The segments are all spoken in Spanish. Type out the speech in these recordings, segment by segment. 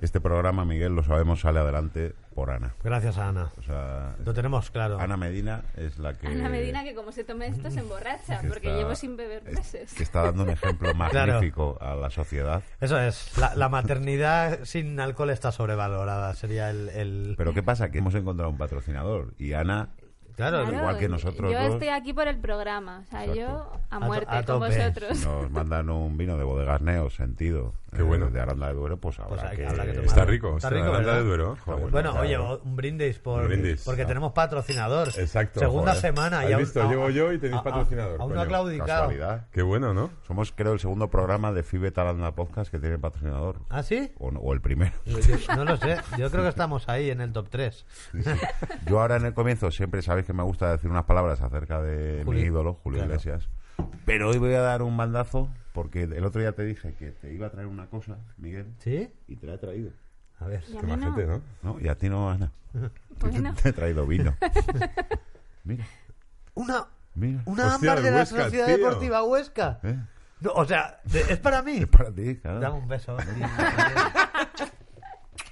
Este programa, Miguel, lo sabemos, sale adelante por Ana. Gracias a Ana. O sea, Lo tenemos claro. Ana Medina es la que... Ana Medina, que como se tome esto, se emborracha, que porque está- llevo sin beber meses. Que está dando un ejemplo Claro. magnífico a la sociedad. Eso es. La, la maternidad sin alcohol está sobrevalorada. Sería el. el- Pero ¿qué pasa? Que hemos encontrado un patrocinador y Ana Claro, Claro, igual que nosotros Yo dos. estoy aquí por el programa, o sea, yo a A to- muerte a con tope. vosotros. nos mandan un vino de bodegas Neo, sentido. eh, Qué bueno. De Aranda de Duero, pues habrá Pues hay- que... habrá que tomar. Eh, Está Está rico, está rico, la banda ¿verdad? de Duero. joder. Bueno, Claro. oye, o- un brindis, por, Un brindis, porque ah. tenemos patrocinador. Exacto. Segunda joder. semana. y ¿Has aún- visto? a- Llevo yo y a- tenéis a- patrocinador. Aún no coño. ha claudicado. Casualidad. Qué bueno, ¿no? Somos, creo, el segundo programa de FIBE Talanda Podcast que tiene patrocinador. ¿Ah, sí? O, no- o el primero. Yo- yo- no lo sé. Yo creo que estamos ahí en el top 3. Yo ahora en el comienzo siempre sabéis que me gusta decir unas palabras acerca de Juli. mi ídolo, Julio Claro. Iglesias. Pero hoy voy a dar un bandazo porque el otro día te dije que te iba a traer una cosa, Miguel, ¿Sí? y te la he traído. A ver. Y a Qué mí más gente, no. ¿no? No, y a ti no, Ana. Pues no. Te he traído vino. Mira, Una, mira. una Hostia, ámbar de el la Huesca, Sociedad tío. Deportiva Huesca. ¿Eh? No, o sea, de- es para mí. Es para ti, claro. Dame un beso. tío.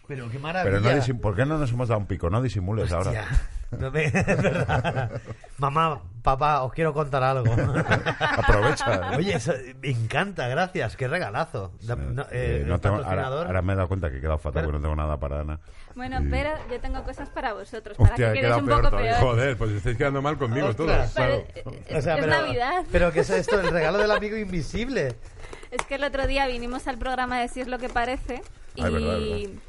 Pero qué maravilla. Pero no disim- ¿por qué no nos hemos dado un pico? No disimules ahora. Ya. No me- es verdad. Mamá, papá, os quiero contar algo. Aprovecha. ¿eh? Oye, eso me encanta, gracias, qué regalazo. Da- no, eh, Eh, el no tengo- ahora, patrocinador. ahora me he dado cuenta que he quedado fatal Pero- porque no tengo nada para Ana. Bueno, pero yo tengo cosas para vosotros, Hostia, para que he quedéis quedado un peor poco todavía. peor. Joder, pues estáis quedando mal conmigo Ostras. todos. Pero, claro. eh, O es, sea, es pero, Navidad. pero que es esto, el regalo del amigo invisible. Es que el otro día vinimos al programa a decir lo que parece y, Ay, Ah, verdad, verdad.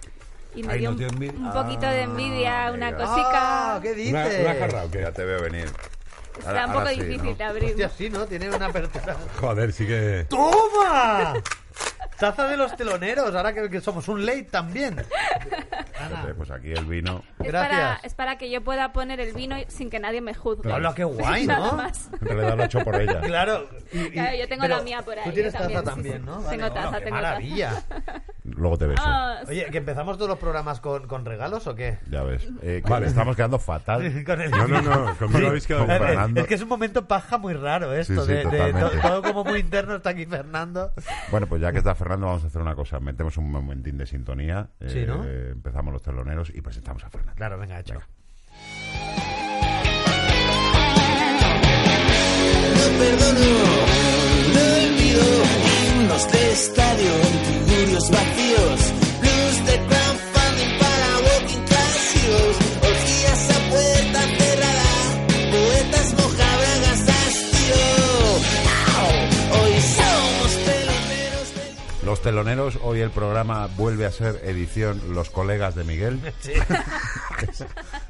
y me Ay, dio no un, te envi- un poquito de envidia, Ah, una venga. cosica. Ah, ¿Qué dices? Una, una jarra, ¿o qué? Ya te veo venir. Ah. Está Ahora- un poco ahora sí, difícil ¿no? de abrir. Hostia, sí, ¿no? Tiene una apertura. Joder, sí que. ¡Toma! Taza de los teloneros, ahora que, que somos un late también. Fíjate, Pues aquí el vino. es, para, Gracias. es para que yo pueda poner el vino sin que nadie me juzgue. Hola, qué guay, Nada ¿no? más. En realidad lo he hecho por ella. Claro, y- y- Claro, yo tengo pero la mía por ahí, Tú tienes yo taza también, también, sí, sí. ¿no? Tengo bueno, taza, qué tengo taza. maravilla. Luego te beso. Vamos. Oye, ¿que empezamos todos los programas con, con regalos o qué? Ya ves. Eh, que Vale. Estamos quedando fatal. Con el- No, no, no. Conmigo habéis quedado con Eh, eh, mal. Fernando. Es que es un momento paja muy raro Sí, esto, sí, de, de to- totalmente. todo como muy interno está aquí Fernando. Bueno, pues ya que está Fernando, vamos a hacer una cosa. Metemos un momentín de sintonía. eh, Sí, ¿no? eh, empezamos los teloneros y presentamos a Fernando. Claro, venga, hecho. Venga. No perdono, no olvido himnos de estadio, tugurios vacíos, blues de crowdfunding para walking class heroes, orgías a puerta cerrada, poetas mojabragas hastío. Hoy somos peloteros de... Los teloneros, hoy el programa vuelve a ser edición Los colegas de Miguel. Sí.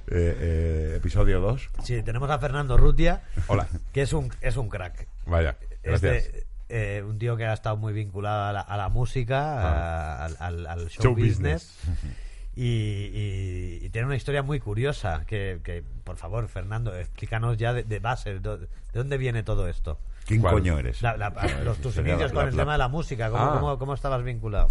Eh, eh, episodio 2. Sí, tenemos a Fernando Rutia, Hola. que es un, es un crack. Vaya. Gracias. Este, eh, un tío que ha estado muy vinculado a la, a la música, a- al, al- al show, Show business. business. Y, y- y tiene una historia muy curiosa que, que, por favor, Fernando, explícanos ya de, de base, do- de dónde viene todo esto. ¿Quién ¿Cuál? coño eres? La- la- los, tus Sería la- inicios con la- el la- tema de la música, ¿cómo, Ah. cómo- cómo estabas vinculado?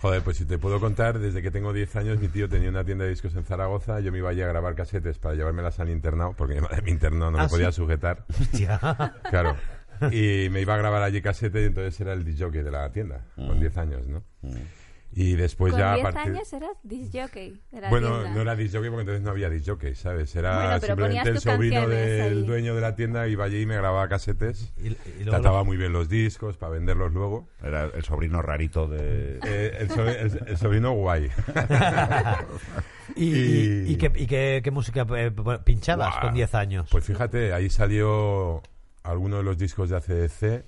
Joder, pues si te puedo contar, desde que tengo 10 años mi tío tenía una tienda de discos en Zaragoza, yo me iba allí a grabar casetes para llevármelas al internado, porque mi madre me internó, no Ah, me podía sí. sujetar. Hostia. Claro. Y me iba a grabar allí casetes y entonces era el DJ de la tienda, Mm. con 10 años, ¿no? Y después Con Pues ya a 10 partir... años eras disc jockey de la Bueno, tienda. no era disc jockey porque entonces no había disc jockey, ¿sabes? Era Bueno, pero simplemente el ponías tus sobrino canciones del ahí. dueño de la tienda, iba allí y me grababa casetes. Y- y luego Trataba los- muy bien los discos para venderlos luego. Era el sobrino rarito de... Eh, el, sobre- el- el sobrino guay. ¿Y, y, y qué, y qué- qué música eh, pinchabas Buah. con 10 años? Pues fíjate, ahí salió alguno de los discos de ACDC.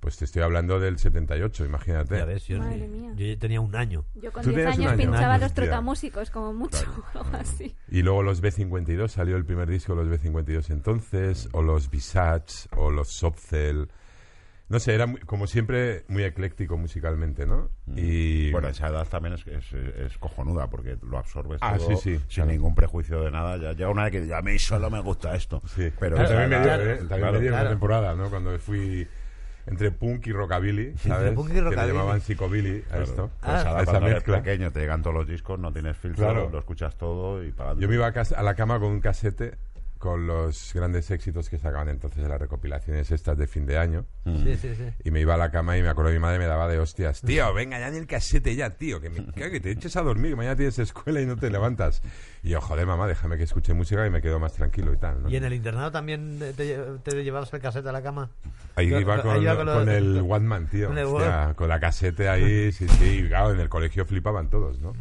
Pues te estoy hablando del 78, imagínate. Mm. eh. Ya ves, yo, Madre mía. yo ya tenía un año. Yo con Tú 10 tienes un años año, pinchaba ¿no? los Hostia. trotamusicos, como mucho, o algo así. Y luego los B52, salió el primer disco de los B52 entonces, o los Visage, o los Sopcel. No sé, era muy- como siempre muy ecléctico musicalmente, ¿no? Y Bueno, esa edad también es, es, es cojonuda porque lo absorbes Ah, todo sí, sí, sin claro. ningún prejuicio de nada. Ya llega una edad que dice, a mí solo me gusta esto. Sí, Pero pero esa también me dio, edad- ¿eh? también claro, me dio claro. una temporada, ¿no? Cuando fui entre punk y rockabilly, ¿sabes? punk y Que rockabilly. le llamaban psicobilly a esto. Pues Ah. a ahora esa cuando eres mezcla. pequeño te llegan todos los discos, no tienes filtro, Claro. lo escuchas todo y pagando. Yo me iba a, casa- a la cama con un casete con los grandes éxitos que sacaban entonces de las recopilaciones estas de fin de año. Mm. Sí, sí, sí. Y me iba a la cama y me acuerdo que mi madre me daba de hostias. Tío, venga ya en el casete ya, tío. Que, me, que te eches a dormir, que mañana tienes escuela y no te levantas. Y yo, joder, mamá, déjame que escuche música y me quedo más tranquilo y tal. ¿no? ¿Y en el internado también te, te llevabas el casete a la cama? Ahí Yo- iba yo con, iba con los- con el One Man, tío. con el Hostia, con la casete ahí, sí, sí. Y claro, en el colegio flipaban todos, ¿no?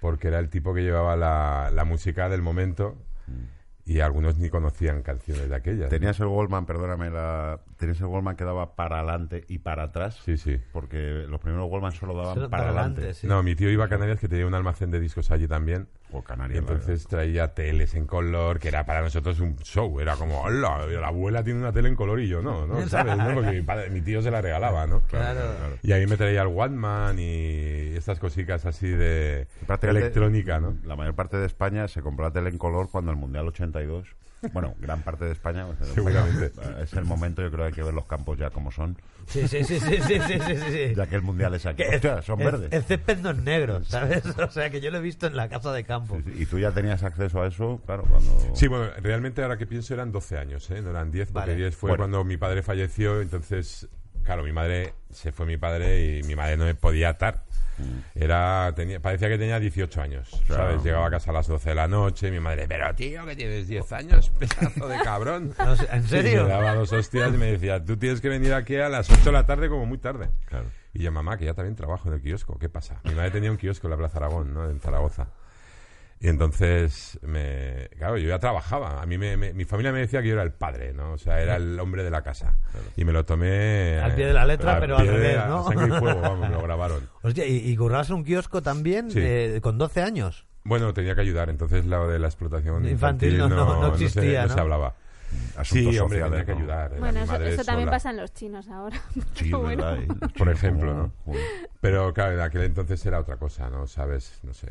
Porque era el tipo que llevaba la, la música del momento Mm. y algunos ni conocían canciones de aquellas. ¿no? Tenías el Goldman, perdóname, la... tenías el Goldman que daba para adelante y para atrás. Sí, sí. Porque los primeros Goldman solo daban Solo Ah, para, para adelante. adelante, sí. No, mi tío iba a Canarias que tenía un almacén de discos allí también. O Y Canarias. entonces traía teles en color, que era para nosotros un show. Era como, hola, la abuela tiene una tele en color y yo no, ¿no? ¿Sabes? no? Porque mi, padre- mi tío se la regalaba, ¿no? Claro. Y ahí me traía el One Man y estas cositas así de Prácticamente- electrónica, ¿no? La mayor parte de España se compró la tele en color cuando el Mundial 82. Bueno, gran parte de España. pues, Seguramente. Es el momento, yo creo que hay que ver los campos ya como son. Sí, sí, sí, sí, sí, sí, sí, sí. Ya que el Mundial es aquí. Que el- Hostia, son el- verdes. El césped no es negro, ¿sabes? O sea, que yo lo he visto en la casa de campo. Sí, sí, Y tú ya tenías acceso a eso, claro, cuando. Sí, bueno, realmente ahora que pienso eran 12 años, ¿eh? No eran 10, porque Vale. 10 fue Bueno. cuando mi padre falleció, entonces, claro, mi madre, se fue mi padre y mi madre no me podía atar. Era, tenía, parecía que tenía 18 años, ¿sabes? Llegaba a casa a las 12 de la noche, mi madre, pero tío, que tienes 10 años, pedazo de cabrón. No sé, ¿En Y me serio? daba dos hostias y me decía, tú tienes que venir aquí a las 8 de la tarde como muy tarde. Claro. Y yo, mamá, que ya también trabajo en el kiosco, ¿qué pasa? Mi madre tenía un kiosco en la Plaza Aragón, ¿no? En Zaragoza. Y entonces, me, claro, yo ya trabajaba. A mí me- me- mi familia me decía que yo era el padre, ¿no? O sea, era el hombre de la casa. Y me lo tomé... Al pie de la letra, pero al pie de revés, la- ¿no? Sangre y fuego, vamos, me lo grabaron. Hostia, ¿y, y currabas en un kiosco también Sí. eh, con 12 años? Bueno, tenía que ayudar. Entonces, lo de la explotación Infantil infantil, no- no- no se- existía, se ¿no? hablaba. Asuntos sí, hombre, tenía sociales, que ¿no? ayudar. Era Bueno, mi eso, madre eso también sola. pasa en los chinos ahora. Sí, Pero ¿verdad? bueno. Y los Por chinos ejemplo, como- ¿no? joder. Pero claro, en aquel entonces era otra cosa, ¿no? ¿Sabes? No sé.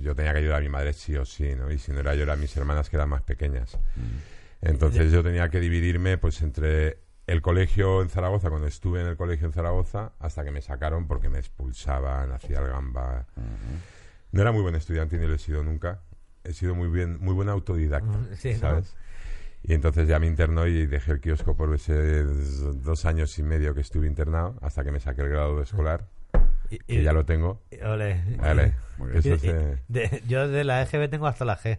Yo tenía que ayudar a mi madre sí o sí, ¿no? Y si no era yo, eran mis hermanas que eran más pequeñas. Mm. Entonces yo tenía que dividirme, pues, entre el colegio en Zaragoza, cuando estuve en el colegio en Zaragoza, hasta que me sacaron porque me expulsaban, hacía el gamba. No era muy buen estudiante ni lo he sido nunca. He sido muy bien, muy buen autodidacta, Mm, sí, ¿no? ¿sabes? Y entonces ya me internó y dejé el kiosco por esos dos años y medio que estuve internado, hasta que me saqué el grado escolar, Y- que y- ya lo tengo. Ole. Vale, Muy eso Y- es, y- eh, de- yo de la EGB tengo hasta la G.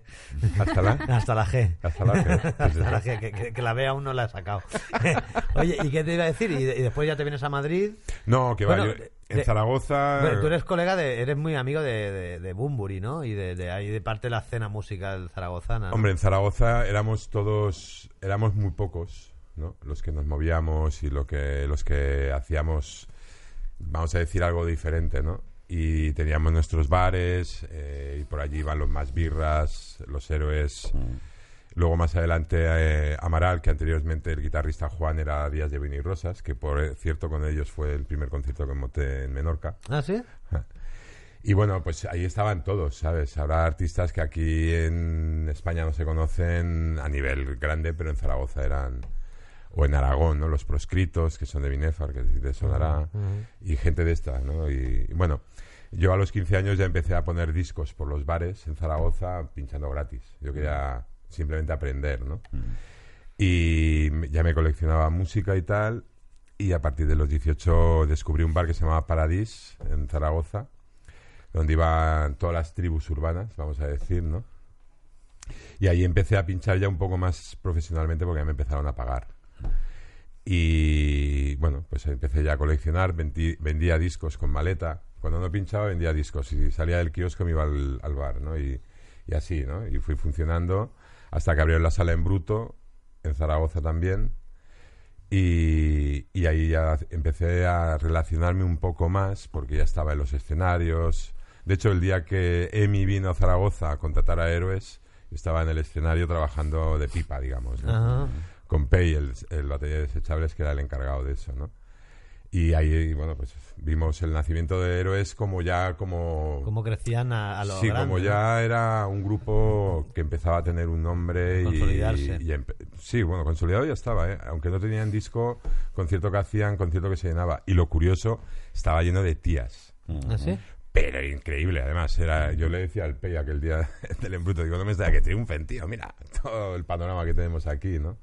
hasta la... Hasta la G. Hasta la G. Hasta la G, que, que- que la B aún no la he sacado. Oye, ¿y qué te iba a decir? Y, de- y después ya te vienes a Madrid. No, que va, Bueno, yo- de- en de- Zaragoza... Bueno, tú eres colega de, eres muy amigo de, de, de Bunbury, ¿no? Y de, de ahí de parte de la escena musical zaragozana. ¿no? Hombre, en Zaragoza éramos todos, éramos muy pocos, ¿no? Los que nos movíamos y lo que, los que hacíamos, vamos a decir, algo diferente, ¿no? Y teníamos nuestros bares, eh, y por allí iban los más birras, los héroes. Luego más adelante eh, Amaral, que anteriormente el guitarrista Juan era Díaz de Vino y Rosas, que por cierto con ellos fue el primer concierto que monté en Menorca. ¿Ah, sí? Y bueno, pues ahí estaban todos, ¿sabes? Habrá artistas que aquí en España no se conocen a nivel grande, pero en Zaragoza eran. O en Aragón, ¿no? Los proscritos, que son de Binefar, que te sonará. Y gente de esta, ¿no? Y, y bueno, yo a los 15 años ya empecé a poner discos por los bares en Zaragoza, pinchando gratis. Yo quería simplemente aprender, ¿no? Y me- ya me coleccionaba música y tal. Y a partir de los 18 descubrí un bar que se llamaba Paradis, en Zaragoza donde iban todas las tribus urbanas, vamos a decir, ¿no? Y ahí empecé a pinchar ya un poco más profesionalmente porque ya me empezaron a pagar. Y bueno, pues empecé ya a coleccionar, vendí- vendía discos con maleta. Cuando no pinchaba vendía discos y salía del kiosco me iba al, al bar, ¿no? Y, y así, ¿no? Y fui funcionando hasta que abrieron la sala en bruto, en Zaragoza también. Y, y ahí ya empecé a relacionarme un poco más porque ya estaba en los escenarios. De hecho, el día que Emi vino a Zaragoza a contratar a Héroes, estaba en el escenario trabajando de pipa, digamos. ¿no? Ajá. Con Pei, el, el batería de desechables, que era el encargado de eso, ¿no? Y ahí, bueno, pues vimos el nacimiento de héroes como ya como... ¿Cómo crecían a, a lo sí, grande, como ¿no? ya era un grupo que empezaba a tener un nombre y... Consolidarse. y empe- sí, bueno, consolidado ya estaba, ¿eh? Aunque no tenían disco, concierto que hacían, concierto que se llenaba. Y lo curioso, estaba lleno de tías. ¿Ah, sí? Pero increíble, además, era yo le decía al Pey aquel día del embruto, digo, no me extraña que triunfen, tío, mira todo el panorama que tenemos aquí, ¿no?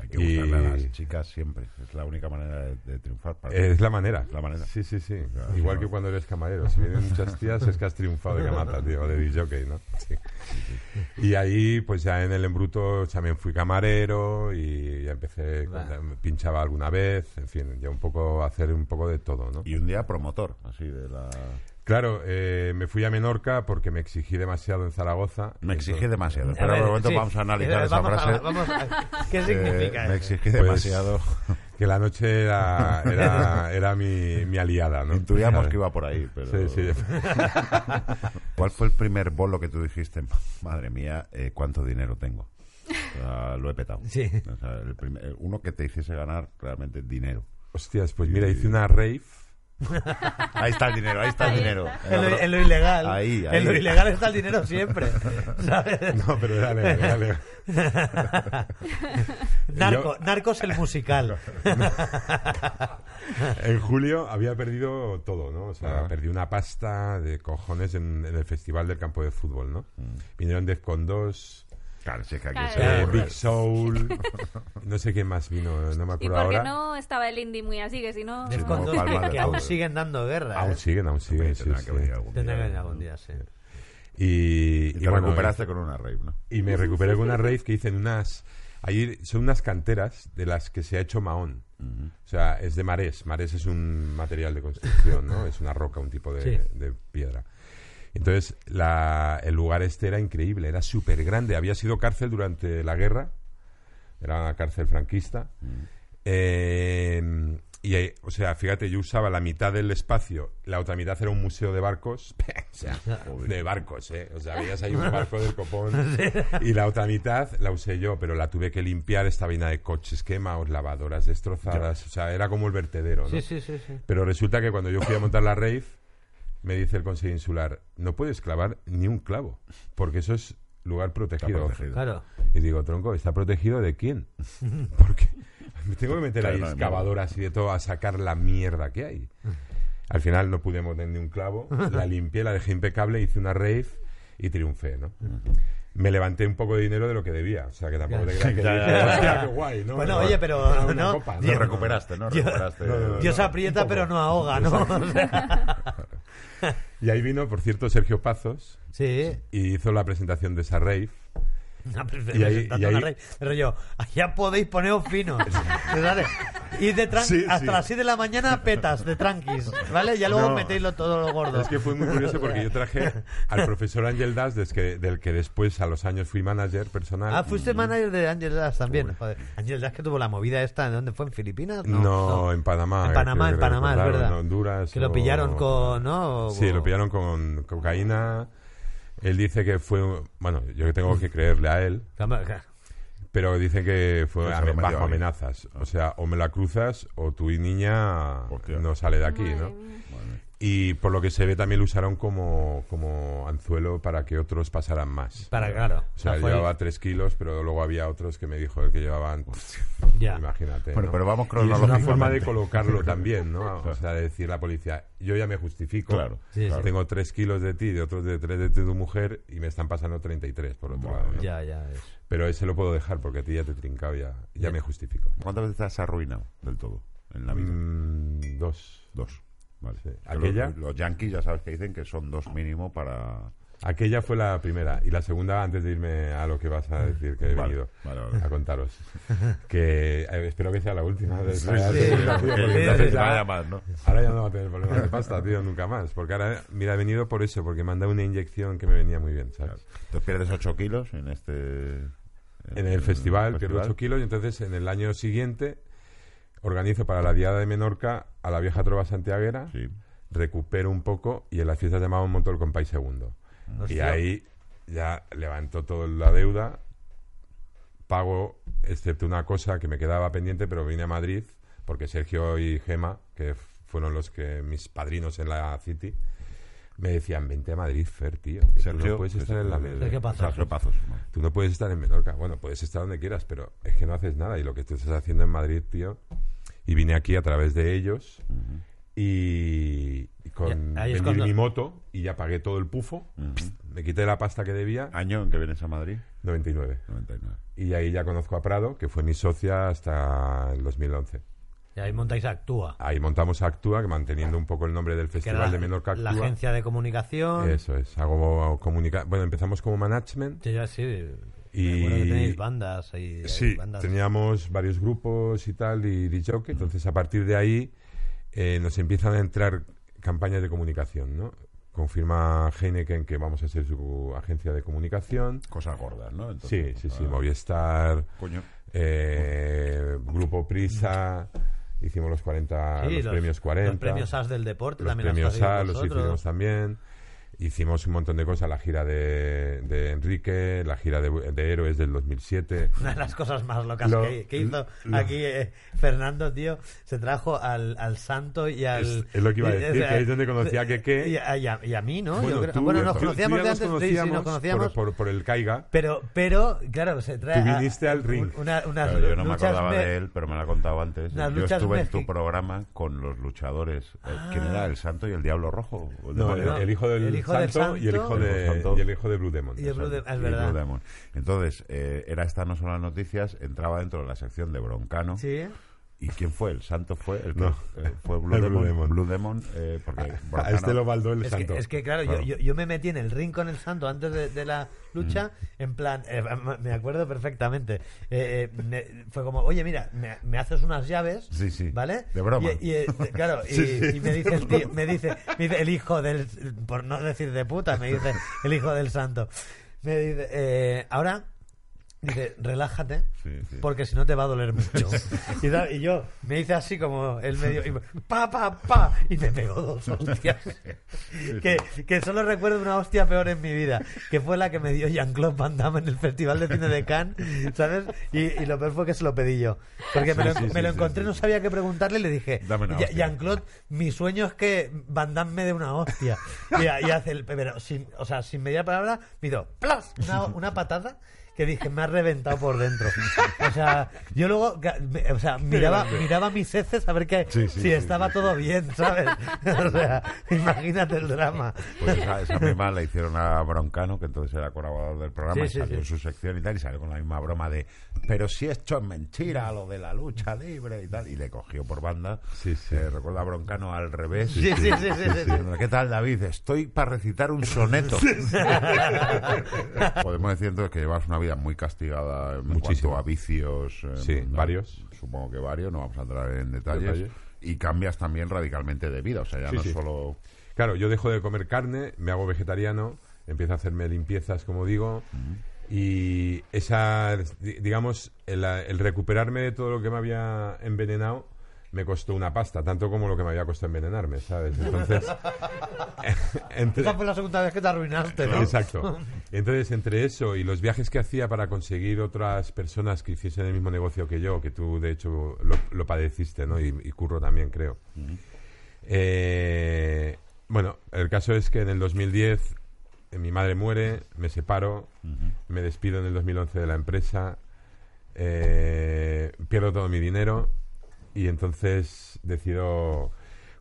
Hay que Y- gustarle a las chicas siempre. Es la única manera de, de triunfar. para mí. Eh, Es la manera. La manera. Sí, sí, sí. claro, Igual claro. que cuando eres camarero. Si vienen muchas tías es que has triunfado de camata, tío, de disjockey, ¿no? Sí. Y ahí, pues ya en el embruto también fui camarero y ya empecé, con- pinchaba alguna vez, en fin, ya un poco hacer un poco de todo, ¿no? Y un día promotor, así de la... Claro, eh, me fui a Menorca porque me exigí demasiado en Zaragoza. Me exige Entonces- demasiado. A Espera ver, un momento, sí. vamos a analizar Eh, esa vamos a- frase. vamos a- ¿Qué Eh, significa me eso? exige Pues, demasiado. Que la noche era, era, era mi, mi aliada, ¿no? Intuíamos ¿Sabes? que iba por ahí, pero... Sí, sí. ¿Cuál fue el primer bolo que tú dijiste, madre mía, eh, cuánto dinero tengo? O sea, lo he petado. Sí. O sea, el primer- uno que te hiciese ganar realmente dinero. Hostias, pues mira, hice una rave. Ahí está el dinero, ahí está el dinero. En lo, en lo ilegal. Ahí, ahí. En lo ilegal está el dinero siempre. ¿sabes? No, pero era legal, era legal. Narco- Narcos el musical. En julio había perdido todo, ¿no? O sea, perdí una pasta de cojones en, en el Festival del Campo de Fútbol, ¿no? Vinieron Def con 2, Eh, Claro, si es que aquí Claro. se Eh, aburre. Big Soul, no sé quién más vino, no me ¿Y acuerdo por qué ahora. no estaba el indie muy así? Que si no... Def Sí, Con no, dos, palmada que, que todo. aún siguen dando guerra. Aún ¿eh? siguen, aún siguen, sí, Tendrá sí. que venir algún Tendrá que día. venir algún día, sí. Y, Y y te bueno, recuperaste con una rave, ¿no? y me recuperé con una rave que hice en unas... Ahí son unas canteras de las que se ha hecho Mahón. O sea, es de marés. Marés es un material de construcción, ¿no? Es una roca, un tipo de, Sí. de piedra. Entonces, la- el lugar este era increíble, era súper grande. Había sido cárcel durante la guerra, era una cárcel franquista. Eh, y, ahí- o sea, fíjate, yo usaba la mitad del espacio, la otra mitad era un museo de barcos. o sea, Pues, de barcos, ¿eh? O sea, veías ahí un barco del copón. y la otra mitad la usé yo, pero la tuve que limpiar, estaba llena de coches quemados, lavadoras destrozadas. O sea, era como el vertedero, ¿no? Sí, sí, sí. sí. Pero resulta que cuando yo fui a montar la rave, me dice el consejo insular, no puedes clavar ni un clavo, porque eso es lugar protegido. protegido. Claro. Y digo, tronco, ¿está protegido de quién? Porque me tengo que meter Claro, ahí no, no. excavadoras y de todo a sacar la mierda que hay. Al final no pude mover ni un clavo, la limpié, la dejé impecable, hice una rave y triunfé, ¿no? Me levanté un poco de dinero de lo que debía, o sea que tampoco te creas que Ya, dije, ya, ya. "Hostia, qué guay", ¿no? Bueno, Era oye, pero una no, copa, Te recuperaste, ¿no? Recuperaste. eh, No, no, no. Dios aprieta, pero no ahoga, ¿no? O sea, Y ahí vino, por cierto, Sergio Pazos sí. y hizo la presentación de esa rave. No, pero Y ahí- presentando y ahí- una rey. Pero yo, allá podéis poneros finos. ¿vale? Y de tran- Sí, hasta sí. las 6 de la mañana petas de tranquis, ¿vale? Ya luego No. metéis lo- todo lo gordo. Es que fue muy curioso porque yo traje al profesor Ángel Das, des- que- del que después a los años fui manager personal. Ah, fuiste manager de Angel Das también. Joder. Angel Das que tuvo la movida esta, ¿de dónde fue? ¿En Filipinas? No, en Panamá. En Panamá, creo en que Panamá, es recordaron, verdad. En Honduras. Que lo o- pillaron con, ¿no? Sí, lo pillaron con cocaína. Él dice que fue... un- Bueno, yo tengo que creerle a él, pero dicen que fue Pues a- se lo metió bajo ahí. amenazas. O sea, o me la cruzas o tú y niña Hostia. no sale de aquí, Madre ¿no? mía. Y por lo que se ve también lo usaron como, como anzuelo para que otros pasaran más. Para, claro. O sea, Ah, fue- llevaba tres kilos, pero luego había otros que me dijo el que llevaban... Ya. Imagínate. Bueno, ¿no? pero vamos Y es una cronológicamente. forma de colocarlo también, ¿no? O sea, de decir la policía, yo ya me justifico. Claro, Sí, claro. sí. Tengo tres kilos de ti, de otros de tres de ti, de tu mujer, y me están pasando 33, por otro lado. ¿no? Ya, ya. es. Pero ese lo puedo dejar porque a ti ya te he trincado, ya, ya me justifico. ¿Cuántas veces te has arruinado del todo en la vida? Mm, dos. Dos. Vale. Sí. Que Aquella- Los, los yankees ya sabes que dicen que son dos mínimo para... Aquella fue la primera. Y la segunda, antes de irme a lo que vas a decir que he Vale, venido vale, vale. a contaros. Que eh, espero que sea la última. de- Porque sí, entonces sí. vaya mal, ¿no? Ahora ya no va a tener problemas de pasta, tío, nunca más. Porque ahora, mira, he venido por eso, porque me han dado una inyección que me venía muy bien, ¿sabes? Te pierdes 8 kilos en este... En el festival, pierdo 8 kilos, y entonces en el año siguiente organizo para la Diada de Menorca a la vieja trova santiaguera, Sí. recupero un poco, y en las fiestas de Mamón monto el compay segundo. Y Hostia. ahí ya levanto toda la deuda, pago, excepto una cosa que me quedaba pendiente, pero vine a Madrid porque Sergio y Gema, que f- fueron los que mis padrinos en la City, me decían, vente a Madrid, Fer, tío. que tú no puedes pues, estar eh, en la Sergio Sergio Pazos. Sergio Pazos. Tú no puedes estar en Menorca. Bueno, puedes estar donde quieras, pero es que no haces nada. Y lo que tú estás haciendo en Madrid, tío. Y vine aquí a través de ellos. Y, y con Ya, ahí es vendí cuando- mi moto y ya pagué todo el pufo. Me quité la pasta que debía, Año en que vienes a Madrid, 99. 99. Y ahí ya conozco a Prado, que fue mi socia hasta el 2011. Y ahí montáis Actúa. Ahí montamos Actúa, que manteniendo un poco el nombre del que Ah, Festival era la, de Menorca la Actúa. agencia de comunicación. Eso es, hago comunica- Bueno, empezamos como management. Sí, ya sí. Y- Recuerdo que tenéis bandas ahí. Sí, eh, bandas. teníamos varios grupos y tal, y dicho que entonces a partir de ahí eh, nos empiezan a entrar campañas de comunicación, ¿no? Confirma Heineken que vamos a ser su agencia de comunicación. Cosas gordas, ¿no? Sí, sí, sí, ah, Movistar, Coño. eh, Grupo Prisa, hicimos los 40, Sí, los, premios 40. Los premios AS del deporte Los también premios hacéis A los vosotros. hicimos también. Hicimos un montón de cosas, la gira de, de Enrique, la gira de, de Héroes del 2007. Una de las cosas más locas Lo- que, que hizo lo- aquí eh, Fernando, tío, se trajo al, al santo y al... Es- es lo que iba a y- decir, es- eh, que ahí es donde conocí a Keke. Y a, y a- y a mí, ¿no? Yo creo- tú- eh, bueno, tú- nos tú conocíamos ya de nos antes, sí, sí, nos conocíamos conocíamos. Por, por- por el Caiga. Pero, pero, claro, se trae... Tú a- viniste al ring. Una, unas Claro, yo no me luchas acordaba me- de él, pero me lo ha contado antes. Las Yo luchas estuve en tu mexi- programa con los luchadores. Eh, ¿Quién era? ¿El Santo y el Diablo Rojo? ¿O el No, demonio? el, el hijo Ah. del, El hijo del santo, y el hijo santo. de, El hijo santo. y el hijo de Blue Demon. Y el Blue Demon, Ah, es Y verdad. Blue Demon. Entonces, eh, era esta no son las noticias, entraba dentro de la sección de Broncano. Sí. ¿Y quién fue? ¿El santo fue? El que- No. eh, fue Blue El Demon. Blue Demon. Blue Demon, eh, porque A Broncano- este lo baldó el Es santo. que, es que, claro, yo- Claro. Yo, yo me metí en el ring con el santo antes de, de la lucha, Mm. en plan, eh, m- me acuerdo perfectamente. Eh, eh, me- fue como, oye, mira, me, me haces unas llaves, Sí, sí. ¿vale? De broma. Y, y, eh, claro, y, y me dice el tío, me dice, me dice el hijo del, por no decir de puta, me dice el hijo del santo. Me dice, eh, ahora Dice, relájate, Sí, sí. porque si no te va a doler mucho. Y, da- y yo me hice así como el medio, y me- pa, pa, pa, y me pegó dos hostias. Que, que solo recuerdo una hostia peor en mi vida, que fue la que me dio Jean-Claude Van Damme en el Festival de Cine de Cannes, ¿sabes? Y, y lo peor fue que se lo pedí yo. Porque me lo, sí, me lo sí, encontré, sí, no sí. sabía qué preguntarle, y le dije, Dame una "Ya- hostia". Jean-Claude, mi sueño es que Van Damme me dé una hostia. Y, y hace el, pero sin, o sea, sin media palabra, me hizo ¡plas! Una, una patada que dije, me ha reventado por dentro. O sea, yo luego, ga- me- o sea, miraba, miraba mis heces a ver que, Sí, sí, si sí, estaba todo bien, ¿sabes? O sea, imagínate el drama. Pues esa, esa misma la hicieron a Broncano, que entonces era colaborador del programa, Sí, y sí, salió sí. en su sección y tal, y salió con la misma broma de pero si esto es mentira, lo de la lucha libre y tal, y le cogió por banda. Sí, sí. Eh, recuerda a Broncano al revés. Sí, sí, sí, sí, sí, sí. Diciendo, ¿Qué tal, David? Estoy para recitar un soneto. Podemos decir entonces que llevas una vida muy castigada en Muchísimo. cuanto a vicios. eh, Sí, varios. Supongo que varios, no vamos a entrar en detalles. Detalles. Y cambias también radicalmente de vida, o sea, ya Sí, no sí. solo... Claro, yo dejo de comer carne, me hago vegetariano, empiezo a hacerme limpiezas, como digo, y esa, di- digamos, el, el recuperarme de todo lo que me había envenenado me costó una pasta, tanto como lo que me había costado envenenarme, ¿sabes? Entonces, entre- Esa fue la segunda vez que te arruinaste, ¿no? Exacto. Entonces, entre eso y los viajes que hacía para conseguir otras personas que hiciesen el mismo negocio que yo, que tú de hecho lo, lo padeciste, ¿no? Y, y Curro también, creo. Eh, bueno, el caso es que en el 2010 eh, mi madre muere, me separo, me despido en el 2011 de la empresa, eh, pierdo todo mi dinero y entonces decido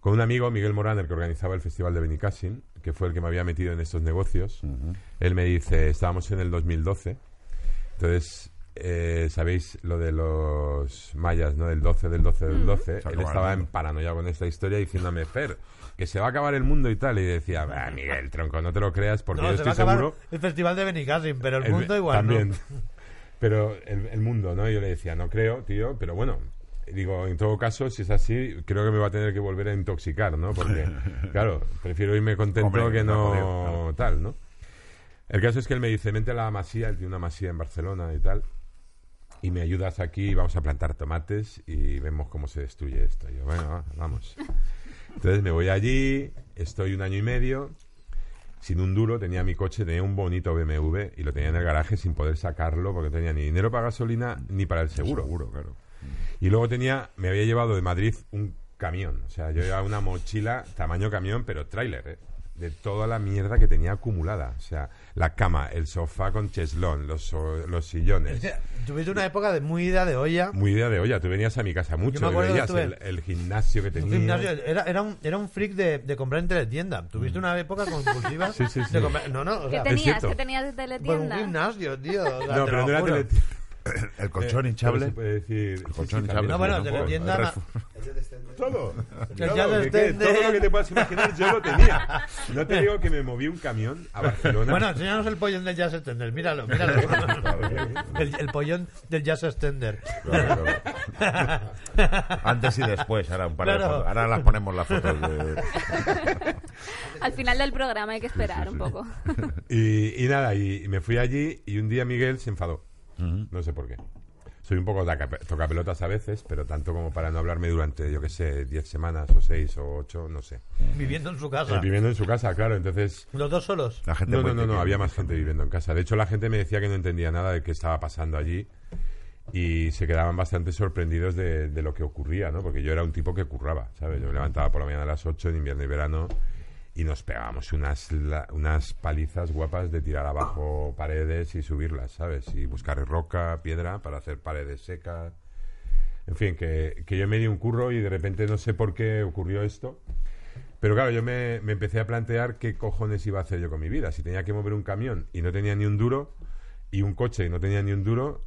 con un amigo, Miguel Morán, el que organizaba el Festival de Benicassin, que fue el que me había metido en estos negocios, él me dice, estábamos en el 2012, entonces, eh, sabéis lo de los mayas, ¿no? Del 12, del 12, del 12. Se acaba Él el estaba en mundo. paranoia con esta historia diciéndome, Fer, que se va a acabar el mundo y tal. Y decía, "Bah, Miguel, tronco, no te lo creas porque No, yo se va a estoy acabar seguro... el festival de Benicassim, pero el, mundo eh, igual También. no. Pero el, el mundo, ¿no? Yo le decía, no creo, tío, pero bueno. Y Digo, en todo caso, si es así, creo que me va a tener que volver a intoxicar, ¿no? Porque, claro, prefiero irme contento Hombre, que no está jodido, claro. tal, ¿no? El caso es que él me dice, vente a la masía, él tiene una masía en Barcelona y tal, y me ayudas aquí, y vamos a plantar tomates y vemos cómo se destruye esto. Y yo, bueno, va, vamos. Entonces me voy allí, estoy un año y medio, sin un duro, tenía mi coche, tenía un bonito BMW y lo tenía en el garaje sin poder sacarlo porque no tenía ni dinero para gasolina ni para el seguro. Seguro, claro. Y luego tenía, me había llevado de Madrid un camión. O sea, yo llevaba una mochila, tamaño camión, pero tráiler, ¿eh? De toda la mierda que tenía acumulada. O sea, la cama, el sofá con cheslón, los, so- los sillones. Tuviste una época de muy ida de olla. Muy idea de olla, tú venías a mi casa mucho, me acuerdo que veías estuve- el, el gimnasio que Tu tenía. gimnasio era, era, un, era un freak de, de comprar en teletienda. Tuviste una época compulsiva Mm. Sí, sí, sí. de comprar. No, no, o ¿Qué sea, te- tenías? cierto. ¿Qué tenías de por un teletienda? gimnasio, tío. o sea, No, te pero lo no era juro. teletienda. El colchón Eh, Pero hinchable. se puede decir. colchón hinchable. también No, bueno, un de poco. la tienda- Refu- Todo. ya Todo, no que- que- entiende. todo lo que te puedas imaginar, yo lo tenía. No te digo que me moví un camión a Barcelona. Bueno, enséñanos el pollón del Jazz Extender. Míralo, míralo. el, el pollón del Jazz Extender. Claro, claro. Antes y después, ahora un par de Claro. fotos. Ahora las ponemos las fotos de... Al final del programa hay que esperar un poco. y, y nada, y, y me fui allí y un día Miguel se enfadó. No sé por qué. Soy un poco taca- tocapelotas a veces, pero tanto como para no hablarme durante, yo qué sé, 10 semanas o 6 o 8, no sé. Viviendo en su casa. Eh, viviendo en su casa, claro, entonces Los dos solos. La gente No, muy no, no, no, pequeña. había más gente viviendo en casa. De hecho, la gente me decía que no entendía nada de qué estaba pasando allí y se quedaban bastante sorprendidos de, de lo que ocurría, ¿no? Porque yo era un tipo que curraba, ¿sabes? Yo me levantaba por la mañana a las 8 en invierno y verano y nos pegábamos unas, la- unas palizas guapas de tirar abajo paredes y subirlas, ¿sabes? Y buscar roca, piedra para hacer paredes secas. En fin, que, que yo me di un curro y de repente no sé por qué ocurrió esto. Pero claro, yo me, me empecé a plantear qué cojones iba a hacer yo con mi vida. Si tenía que mover un camión y no tenía ni un duro, y un coche y no tenía ni un duro,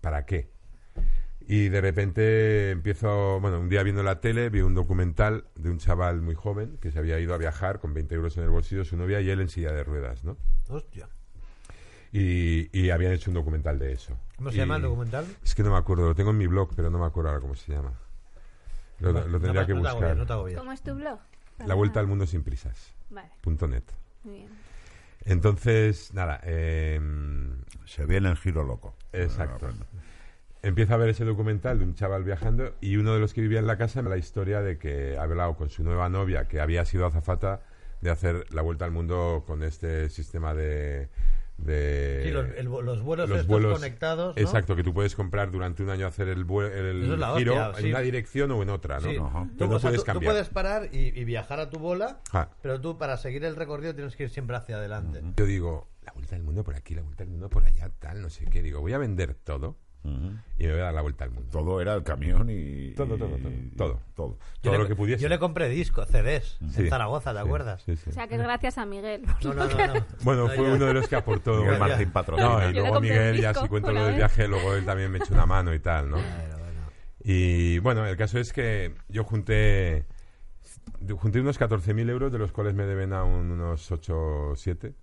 ¿para qué? Y de repente empiezo, bueno, un día viendo la tele, vi un documental de un chaval muy joven que se había ido a viajar con 20 euros en el bolsillo, su novia y él en silla de ruedas, ¿no? Hostia. Y, y habían hecho un documental de eso. ¿Cómo se Y- llama el documental? Es que no me acuerdo, lo tengo en mi blog, pero no me acuerdo ahora cómo se llama. Lo, lo tendría No, que no te buscar. agobies, no te agobies. ¿Cómo es tu blog? La vuelta al mundo sin prisas. Vale, punto net. muy bien. Entonces, nada, eh, Se viene el giro loco. Ah, Exacto. empiezo a ver ese documental de un chaval viajando y uno de los que vivía en la casa me la historia de que ha hablado con su nueva novia que había sido azafata de hacer la vuelta al mundo con este sistema de... de- Sí, los, el- los vuelos Eh, los estos vuelos conectados. ¿no? Exacto, que tú puedes comprar durante un año hacer el, vuel- el Eso es la giro hostia, en sí. una dirección o en otra, ¿no? Sí. Ajá. Tú, Tú no o sea, puedes tú- tú cambiar. puedes parar y, y viajar a tu bola, Ja. pero tú para seguir el recorrido tienes que ir siempre hacia adelante. Yo digo, la vuelta al mundo por aquí, la vuelta al mundo por allá, tal, no sé qué. Digo, voy a vender todo y me voy a dar la vuelta al mundo. Todo era el camión y... Todo, todo, todo. y- Todo. todo. Todo le- lo que pudiese. Yo le compré discos, CDs, Sí. en Zaragoza, ¿te acuerdas? Sí, sí. O sea que es gracias a Miguel. No, no, no, no. Bueno, No, fue ya. uno de los que aportó. Miguel Bueno, Martín ya. patrocina. No, Yo y le luego compré un Miguel, ya disco si cuento una lo del vez. viaje, luego él también me echó una mano y tal, ¿no? Y bueno, el caso es que yo junté junté unos 14.000 euros, de los cuales me deben aún unos 8 o 7.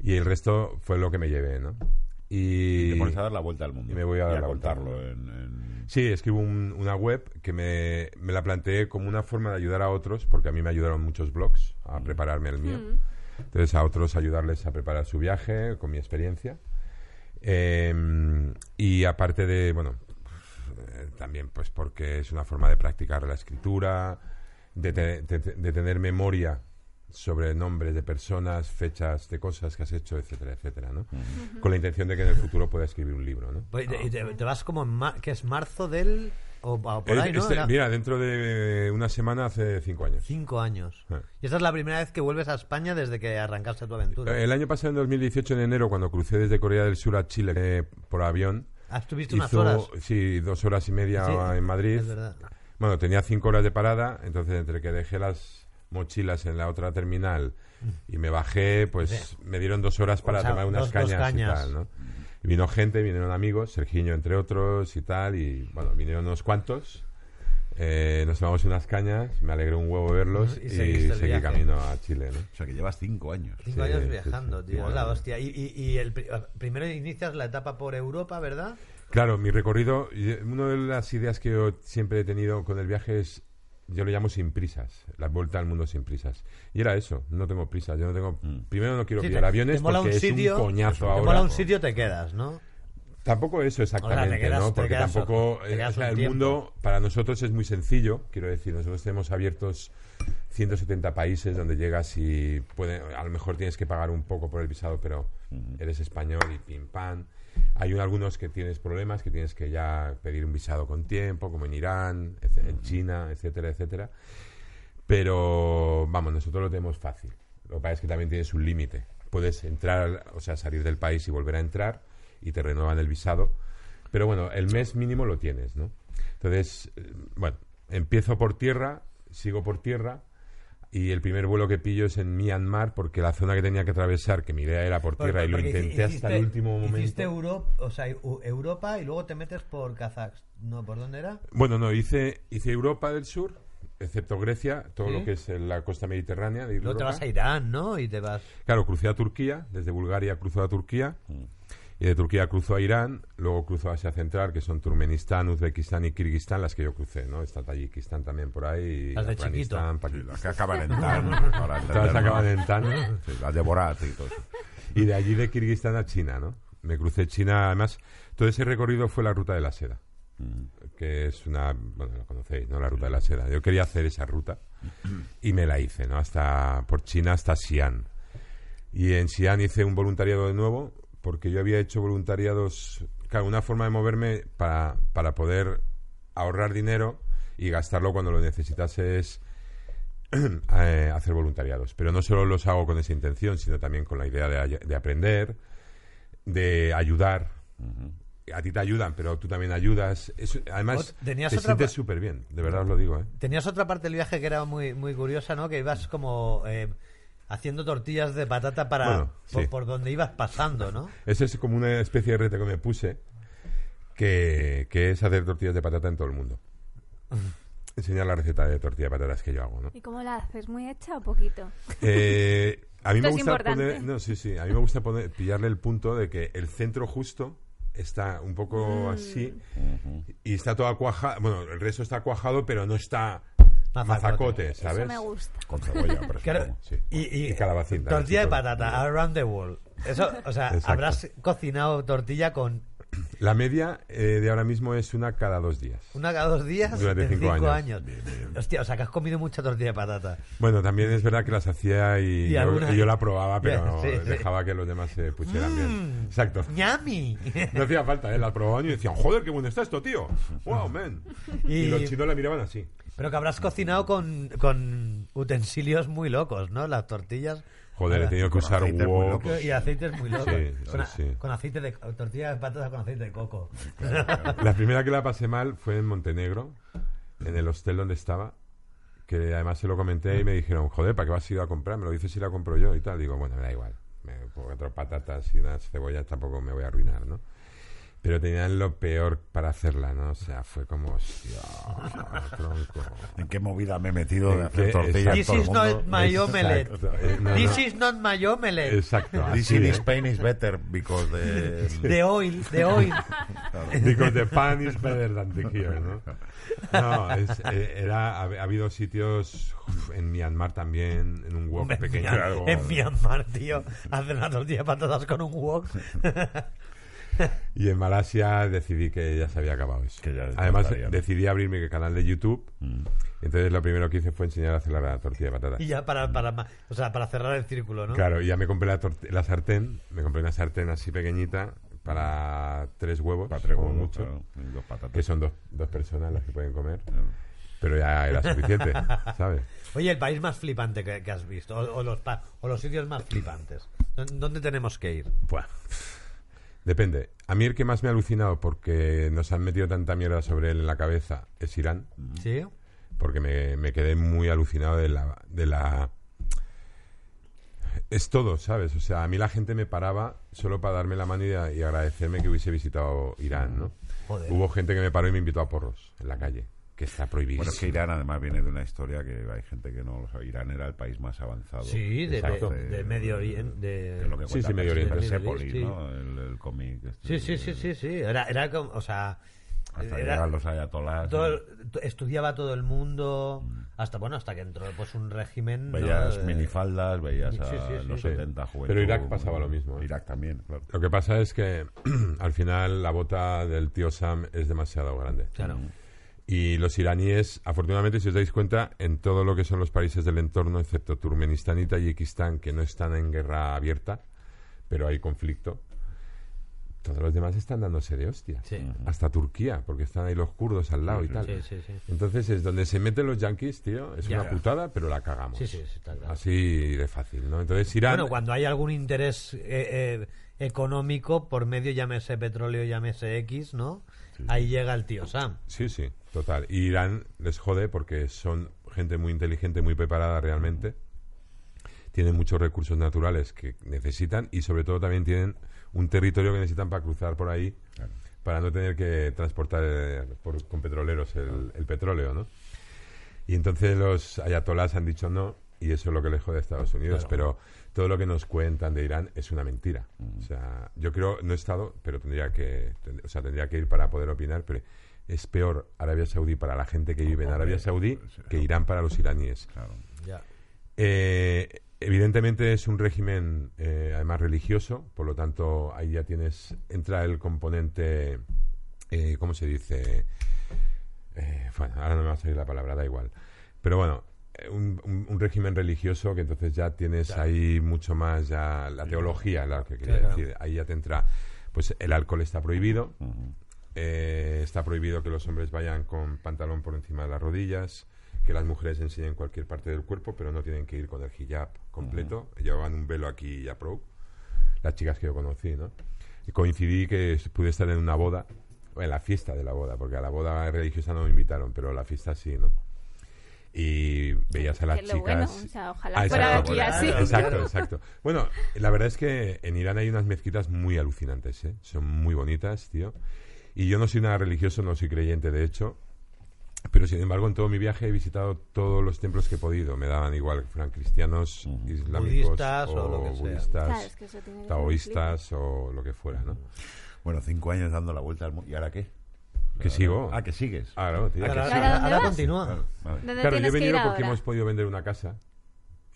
y el resto fue lo que me llevé, ¿no? Y Y... te pones a dar la vuelta al mundo. y me voy a dar y la vuelta al contarlo en- en- Sí, escribo un- una web que me, me la planteé como una forma de ayudar a otros, porque a mí me ayudaron muchos blogs a prepararme el mío. Entonces, a otros ayudarles a preparar su viaje con mi experiencia. Eh, y aparte de, bueno, eh, también pues porque es una forma de practicar la escritura, de, te- de te- de tener memoria sobre nombres de personas, fechas de cosas que has hecho, etcétera, etcétera, ¿no? Con la intención de que en el futuro pueda escribir un libro, ¿no? Pues, y te, te vas como en mar- que es marzo del o, o por Eh, ahí, ¿no? este- Era Mira, dentro de eh, una semana hace cinco años. Cinco años. Ah. Y esta es la primera vez que vuelves a España desde que arrancaste tu aventura. El año pasado, en 2018, en enero, cuando crucé desde Corea del Sur a Chile eh, por avión, Ah, Estuviste unas hizo- horas. Sí, dos horas y media Sí, en Madrid. Es verdad. Bueno, tenía cinco horas de parada, entonces entre que dejé las mochilas en la otra terminal y me bajé, pues me dieron dos horas para O sea, tomar unas dos- dos cañas, cañas. y tal, ¿no? Y vino gente, vinieron amigos, Sergiño entre otros y tal, y bueno, vinieron unos cuantos. eh, nos tomamos unas cañas, me alegró un huevo verlos Y y, seguiste el seguí viaje. camino a Chile, ¿no? O sea, que llevas cinco años. Cinco Sí, años sí, viajando, sí, tío. sí, es la bueno. hostia. Y, y- y el, pri- primero inicias la etapa por Europa, ¿verdad? Claro, mi recorrido, y, eh, una de las ideas que yo siempre he tenido con el viaje es, yo lo llamo sin prisas, la vuelta al mundo sin prisas. Y era eso, no tengo prisas, yo no tengo, primero no quiero Sí, pillar te- aviones te mola porque un sitio- es un coñazo Te ahora. mola un sitio, te quedas, ¿no? Tampoco eso exactamente, Ahora te quedas- te ¿no? Porque quedas- tampoco, te eh, quedas o sea, un el tiempo. mundo para nosotros es muy sencillo, quiero decir, nosotros tenemos abiertos 170 países donde llegas y puede, a lo mejor tienes que pagar un poco por el visado, pero eres español y pim pam. Hay un- algunos que tienes problemas, que tienes que ya pedir un visado con tiempo, como en Irán, ece- en China, etcétera, etcétera. Pero vamos, nosotros lo tenemos fácil. Lo que pasa es que también tienes un límite. Puedes entrar, o sea, salir del país y volver a entrar y te renuevan el visado. Pero bueno, el mes mínimo lo tienes, ¿no? Entonces, eh, bueno, empiezo por tierra, sigo por tierra y el primer vuelo que pillo es en Myanmar porque la zona que tenía que atravesar, que mi idea era por Porque- tierra y lo porque hici- intenté hasta hiciste- el último momento. Hiciste Europa, o sea, Eu- Europa y luego te metes por Kazajstán. No, ¿por dónde era? Bueno, no, hice, hice Europa del Sur, excepto Grecia, todo lo que es eh, la costa mediterránea de Luego te Europa. vas a Irán, ¿no? Y te vas. Claro, crucé a Turquía, desde Bulgaria cruzo a Turquía, y de Turquía cruzo a Irán, luego cruzo a Asia Central, que son Turmenistán, Uzbekistán y Kirguistán, las que yo crucé, ¿no? Está Tayikistán también por ahí, y Las de Afganistán, Sí, Pakistán. las que acaban en tan. ahora en Todas tan, acaban ¿no? en Tan. Sí, las de Borat y todo eso. Y de allí de Kirguistán a China, ¿no? Me crucé China, además, todo ese recorrido fue la ruta de la seda, que es una, bueno, la conocéis, ¿no? La ruta de la seda. Yo quería hacer esa ruta y me la hice, ¿no? Hasta, por China hasta Xi'an. Y en Xi'an hice un voluntariado de nuevo, porque yo había hecho voluntariados, claro, una forma de moverme para, para poder ahorrar dinero y gastarlo cuando lo necesitase es eh, hacer voluntariados. Pero no solo los hago con esa intención, sino también con la idea de, ay- de aprender, de ayudar. A ti te ayudan, pero tú también ayudas. Es- Ot- además, tenías te otra sientes pa- súper bien, de verdad os lo digo. ¿eh? Tenías otra parte del viaje que era muy, muy curiosa, ¿no? Que ibas como eh, haciendo tortillas de patata para Bueno, por, sí. por donde ibas pasando, ¿no? Esa es como una especie de reto que me puse, que, que es hacer tortillas de patata en todo el mundo. Enseñar la receta de tortilla de patatas que yo hago, ¿no? ¿Y cómo la haces? ¿Muy hecha o poquito? Eh, a mí Esto me es gusta importante. poner, no, sí, sí, a mí me gusta poner, pillarle el punto de que el centro justo está un Mm. poco así y está toda cuajada, bueno, el resto está cuajado, pero no está Mazacote. mazacote, ¿sabes? Eso me gusta. Con cebolla, pero Claro, sí. y, Y calabacín también, Tortilla de sí, todo. patata, around the world. Eso, o sea, Exacto. habrás cocinado tortilla con La media eh, de ahora mismo es una cada dos días. una cada dos días Durante en cinco años. años. Hostia, o sea, que has comido mucha tortilla de patata. Bueno, también es verdad que las hacía y, Y yo, alguna- y yo la probaba, Ya, pero sí, Mm. sí. dejaba que los demás se pucheran bien. Exacto. ¡Ñami! No hacía falta, ¿eh? la probaban y decían, joder, qué bueno está esto, tío. Wow, man. Y, Y- los chinos la miraban así. Pero que habrás cocinado con, con utensilios muy locos, ¿no? Las tortillas. Joder, he Ahora- tenido que Con usar aceite muy wok. loco. Y aceites muy locos. Pues Sí, con, a- sí, sí. con aceite de tortilla de patata con aceite de coco. La primera que la pasé mal fue en Montenegro, en el hostel donde estaba, que además se lo comenté y me dijeron, joder, ¿para qué vas a ir a comprar? Me lo dices si la compro yo y tal. Digo, bueno, me da igual. Me cuatro patatas y unas cebollas tampoco me voy a arruinar, ¿no? Pero tenían lo peor para hacerla, ¿no? O sea, fue como, hostia, tronco. ¿En qué movida me he metido de ¿En hacer qué? tortillas This todo el is mundo? eh, not my omelette. Exacto. Eh, no, This no. is not my omelette. Exacto. This así, in ¿eh? Spain is better because de... De oil, de oil. Because the pan is better than the here, ¿no? No, es- eh, era, ha, ha habido sitios uf, en Myanmar también, en un wok Hombre, en pequeño. Myan- era algo- En Myanmar, tío. Hacen una tortilla de patatas con un wok. y en Malasia decidí que ya se había acabado eso. Que ya Además, estaría, ¿no? decidí abrir mi canal de YouTube. Entonces, lo primero que hice fue enseñar a hacer la tortilla de patatas. Y ya para, para, ma- o sea, para cerrar el círculo, ¿no? Claro, y ya me compré la, torti- la sartén, me compré una sartén así pequeñita para tres huevos, Para tres como huevos, mucho, claro, y dos patatas. que son dos, dos personas las que pueden comer. Pero ya era suficiente, ¿sabes? Oye, el país más flipante que, que has visto, o, o los pa- o los sitios más flipantes. ¿Dó- ¿Dónde tenemos que ir? Buah. Depende. A mí el que más me ha alucinado porque nos han metido tanta mierda sobre él en la cabeza es Irán, ¿Sí? porque me, me quedé muy alucinado de la, de la... Es todo, ¿sabes? O sea, a mí la gente me paraba solo para darme la mano y, y agradecerme que hubiese visitado Irán, ¿no? Joder. Hubo gente que me paró y me invitó a porros en la calle, que está prohibido. Bueno, es que Irán además viene de una historia que hay gente que no lo sabe. Irán era el país más avanzado. Sí, de, Exacto. de- de Medio Oriente. Que es lo que Sí, cuenta sí, Medio Oriente. Persepolis, Sí. ¿no? El, el cómic. Sí, este, sí, sí, sí, sí. Era, era como, o sea... Hasta era- llegar los ayatolás. todo ¿no? el- t- estudiaba todo el mundo, hasta bueno, hasta que entró pues un régimen... ¿no? Veías de- minifaldas, veías a Sí, sí, sí, los sí. 70 juventud. Pero Irak pasaba lo mismo, ¿eh? Irak también, claro. Lo que pasa es que al final la bota del tío Sam es demasiado grande. Claro. Mm. Y los iraníes, afortunadamente, si os dais cuenta, en todo lo que son los países del entorno, excepto Turmenistán y Tayikistán, que no están en guerra abierta, pero hay conflicto, todos los demás están dándose de hostias. Sí. Mm. Hasta Turquía, porque están ahí los kurdos al lado y tal. Sí, sí, sí. Entonces es donde se meten los yanquis, tío. Es Ya. una putada, pero la cagamos. Sí, sí, sí, está claro. Así de fácil, ¿no? Entonces Irán... Bueno, cuando hay algún interés eh, eh, económico por medio, llámese petróleo, llámese X, ¿no? Ahí llega el tío Sam. Sí, sí, total. Y Irán les jode porque son gente muy inteligente, muy preparada realmente. Tienen muchos recursos naturales que necesitan y sobre todo también tienen un territorio que necesitan para cruzar por ahí para no tener que transportar eh, por- con petroleros el, el petróleo, ¿no? Y entonces los ayatolás han dicho no y eso es lo que les jode a Estados Unidos. Pero todo lo que nos cuentan de Irán es una mentira. Mm. O sea, yo creo, no he estado, pero tendría que, ten- o sea, tendría que ir para poder opinar, pero es peor Arabia Saudí para la gente que vive en Oh, Hombre, Arabia Saudí sí, que Irán para los iraníes. Claro. Ya. Eh, evidentemente es un régimen eh, además religioso, por lo tanto ahí ya tienes, entra el componente, eh, ¿cómo se dice? Eh, bueno, ahora no me va a salir la palabra, da igual. Pero bueno, eh, un, un- un régimen religioso que entonces ya tienes ahí mucho más ya la teología, la que quería Claro. decir, ahí ya te entra, pues el alcohol está prohibido. Eh, está prohibido que los hombres vayan con pantalón por encima de las rodillas, que las mujeres enseñen cualquier parte del cuerpo, pero no tienen que ir con el hijab completo. Llevaban un velo aquí y a pro. Las chicas que yo conocí, ¿no? Y coincidí que es- pude estar en una boda, o en la fiesta de la boda, porque a la boda religiosa no me invitaron, pero a la fiesta sí, ¿no? Y veías a las Que lo bueno, chicas. o sea, ojalá Ah, fuera exacto, aquí así. claro. Exacto, exacto. Bueno, la verdad es que en Irán hay unas mezquitas muy alucinantes, ¿eh? Son muy bonitas, tío. Y yo no soy nada religioso, no soy creyente, de hecho. Pero sin embargo, en todo mi viaje he visitado todos los templos que he podido. Me daban igual que fueran cristianos, islámicos, Budistas o lo que sea. budistas, Claro, es que eso tiene que ser un taoístas o lo que fuera, ¿no? Bueno, cinco años dando la vuelta al mundo. ¿Y ahora qué? Que sigo. Ah, que sigues. Ah, no, tío. Ahora, ¿Ahora ahora- dónde ahora vas? continúa. Claro, vale. ¿Dónde Claro, yo he tienes que ir venido porque ahora? hemos podido vender una casa.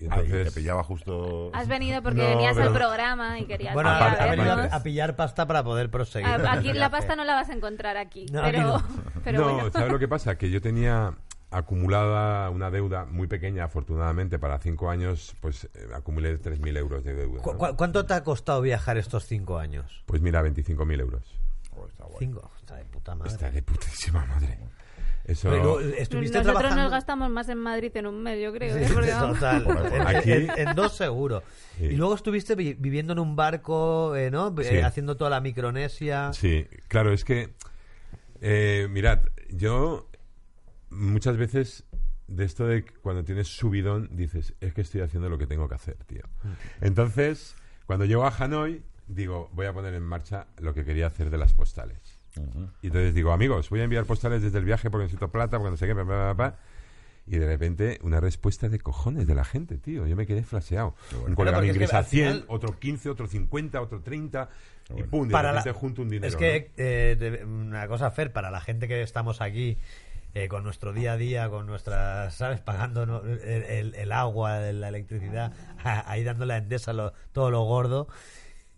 Y Ah, y te entonces- pillaba justo. Has venido porque No, venías pero- al programa y querías Bueno, venir a Aparte, ha venido vernos. aparte. a pillar pasta para poder proseguir. Ah, Aquí la pasta no la vas a encontrar aquí, No, aquí pero, no. pero no, bueno. ¿sabes lo que pasa? Que yo tenía acumulada una deuda muy pequeña, afortunadamente, para cinco años, pues eh, acumulé 3.000 euros de deuda. ¿Cu- ¿no? cu- ¿Cuánto te ha costado viajar estos cinco años? Pues mira, 25.000 euros. Oh, está guay. Cinco. Está de puta madre. Está de putísima madre. Eso... Pero, ¿estuviste Nosotros trabajando? nos gastamos más en Madrid en un mes, yo creo. ¿eh? Sí, Porque vamos- total. En- Aquí- En, en dos seguro. Sí. Y luego estuviste vi- viviendo en un barco, eh, ¿no? Eh, Sí. haciendo toda la Micronesia. Sí, claro, es que, eh, mirad, yo muchas veces de esto de que cuando tienes subidón dices, es que estoy haciendo lo que tengo que hacer, tío. Mm. Entonces, cuando llego a Hanoi, digo, voy a poner en marcha lo que quería hacer de las postales. Y entonces digo, amigos, voy a enviar postales desde el viaje porque necesito plata, porque no sé qué, bla, bla, bla, bla. Y de repente una respuesta de cojones de la gente, tío. Yo me quedé flaseado. Un Claro, colega porque es me que ingresa al 100, final- otro 15, otro 50, otro 30. Y bueno. pum, de Para repente la- junto un dinero. Es ¿no? que eh, de- una cosa, Fer, para la gente que estamos aquí eh, con nuestro día a día, con nuestras, ¿sabes? Pagando ¿no? el, el- el agua, la electricidad, ahí dándole a Endesa lo- todo lo gordo.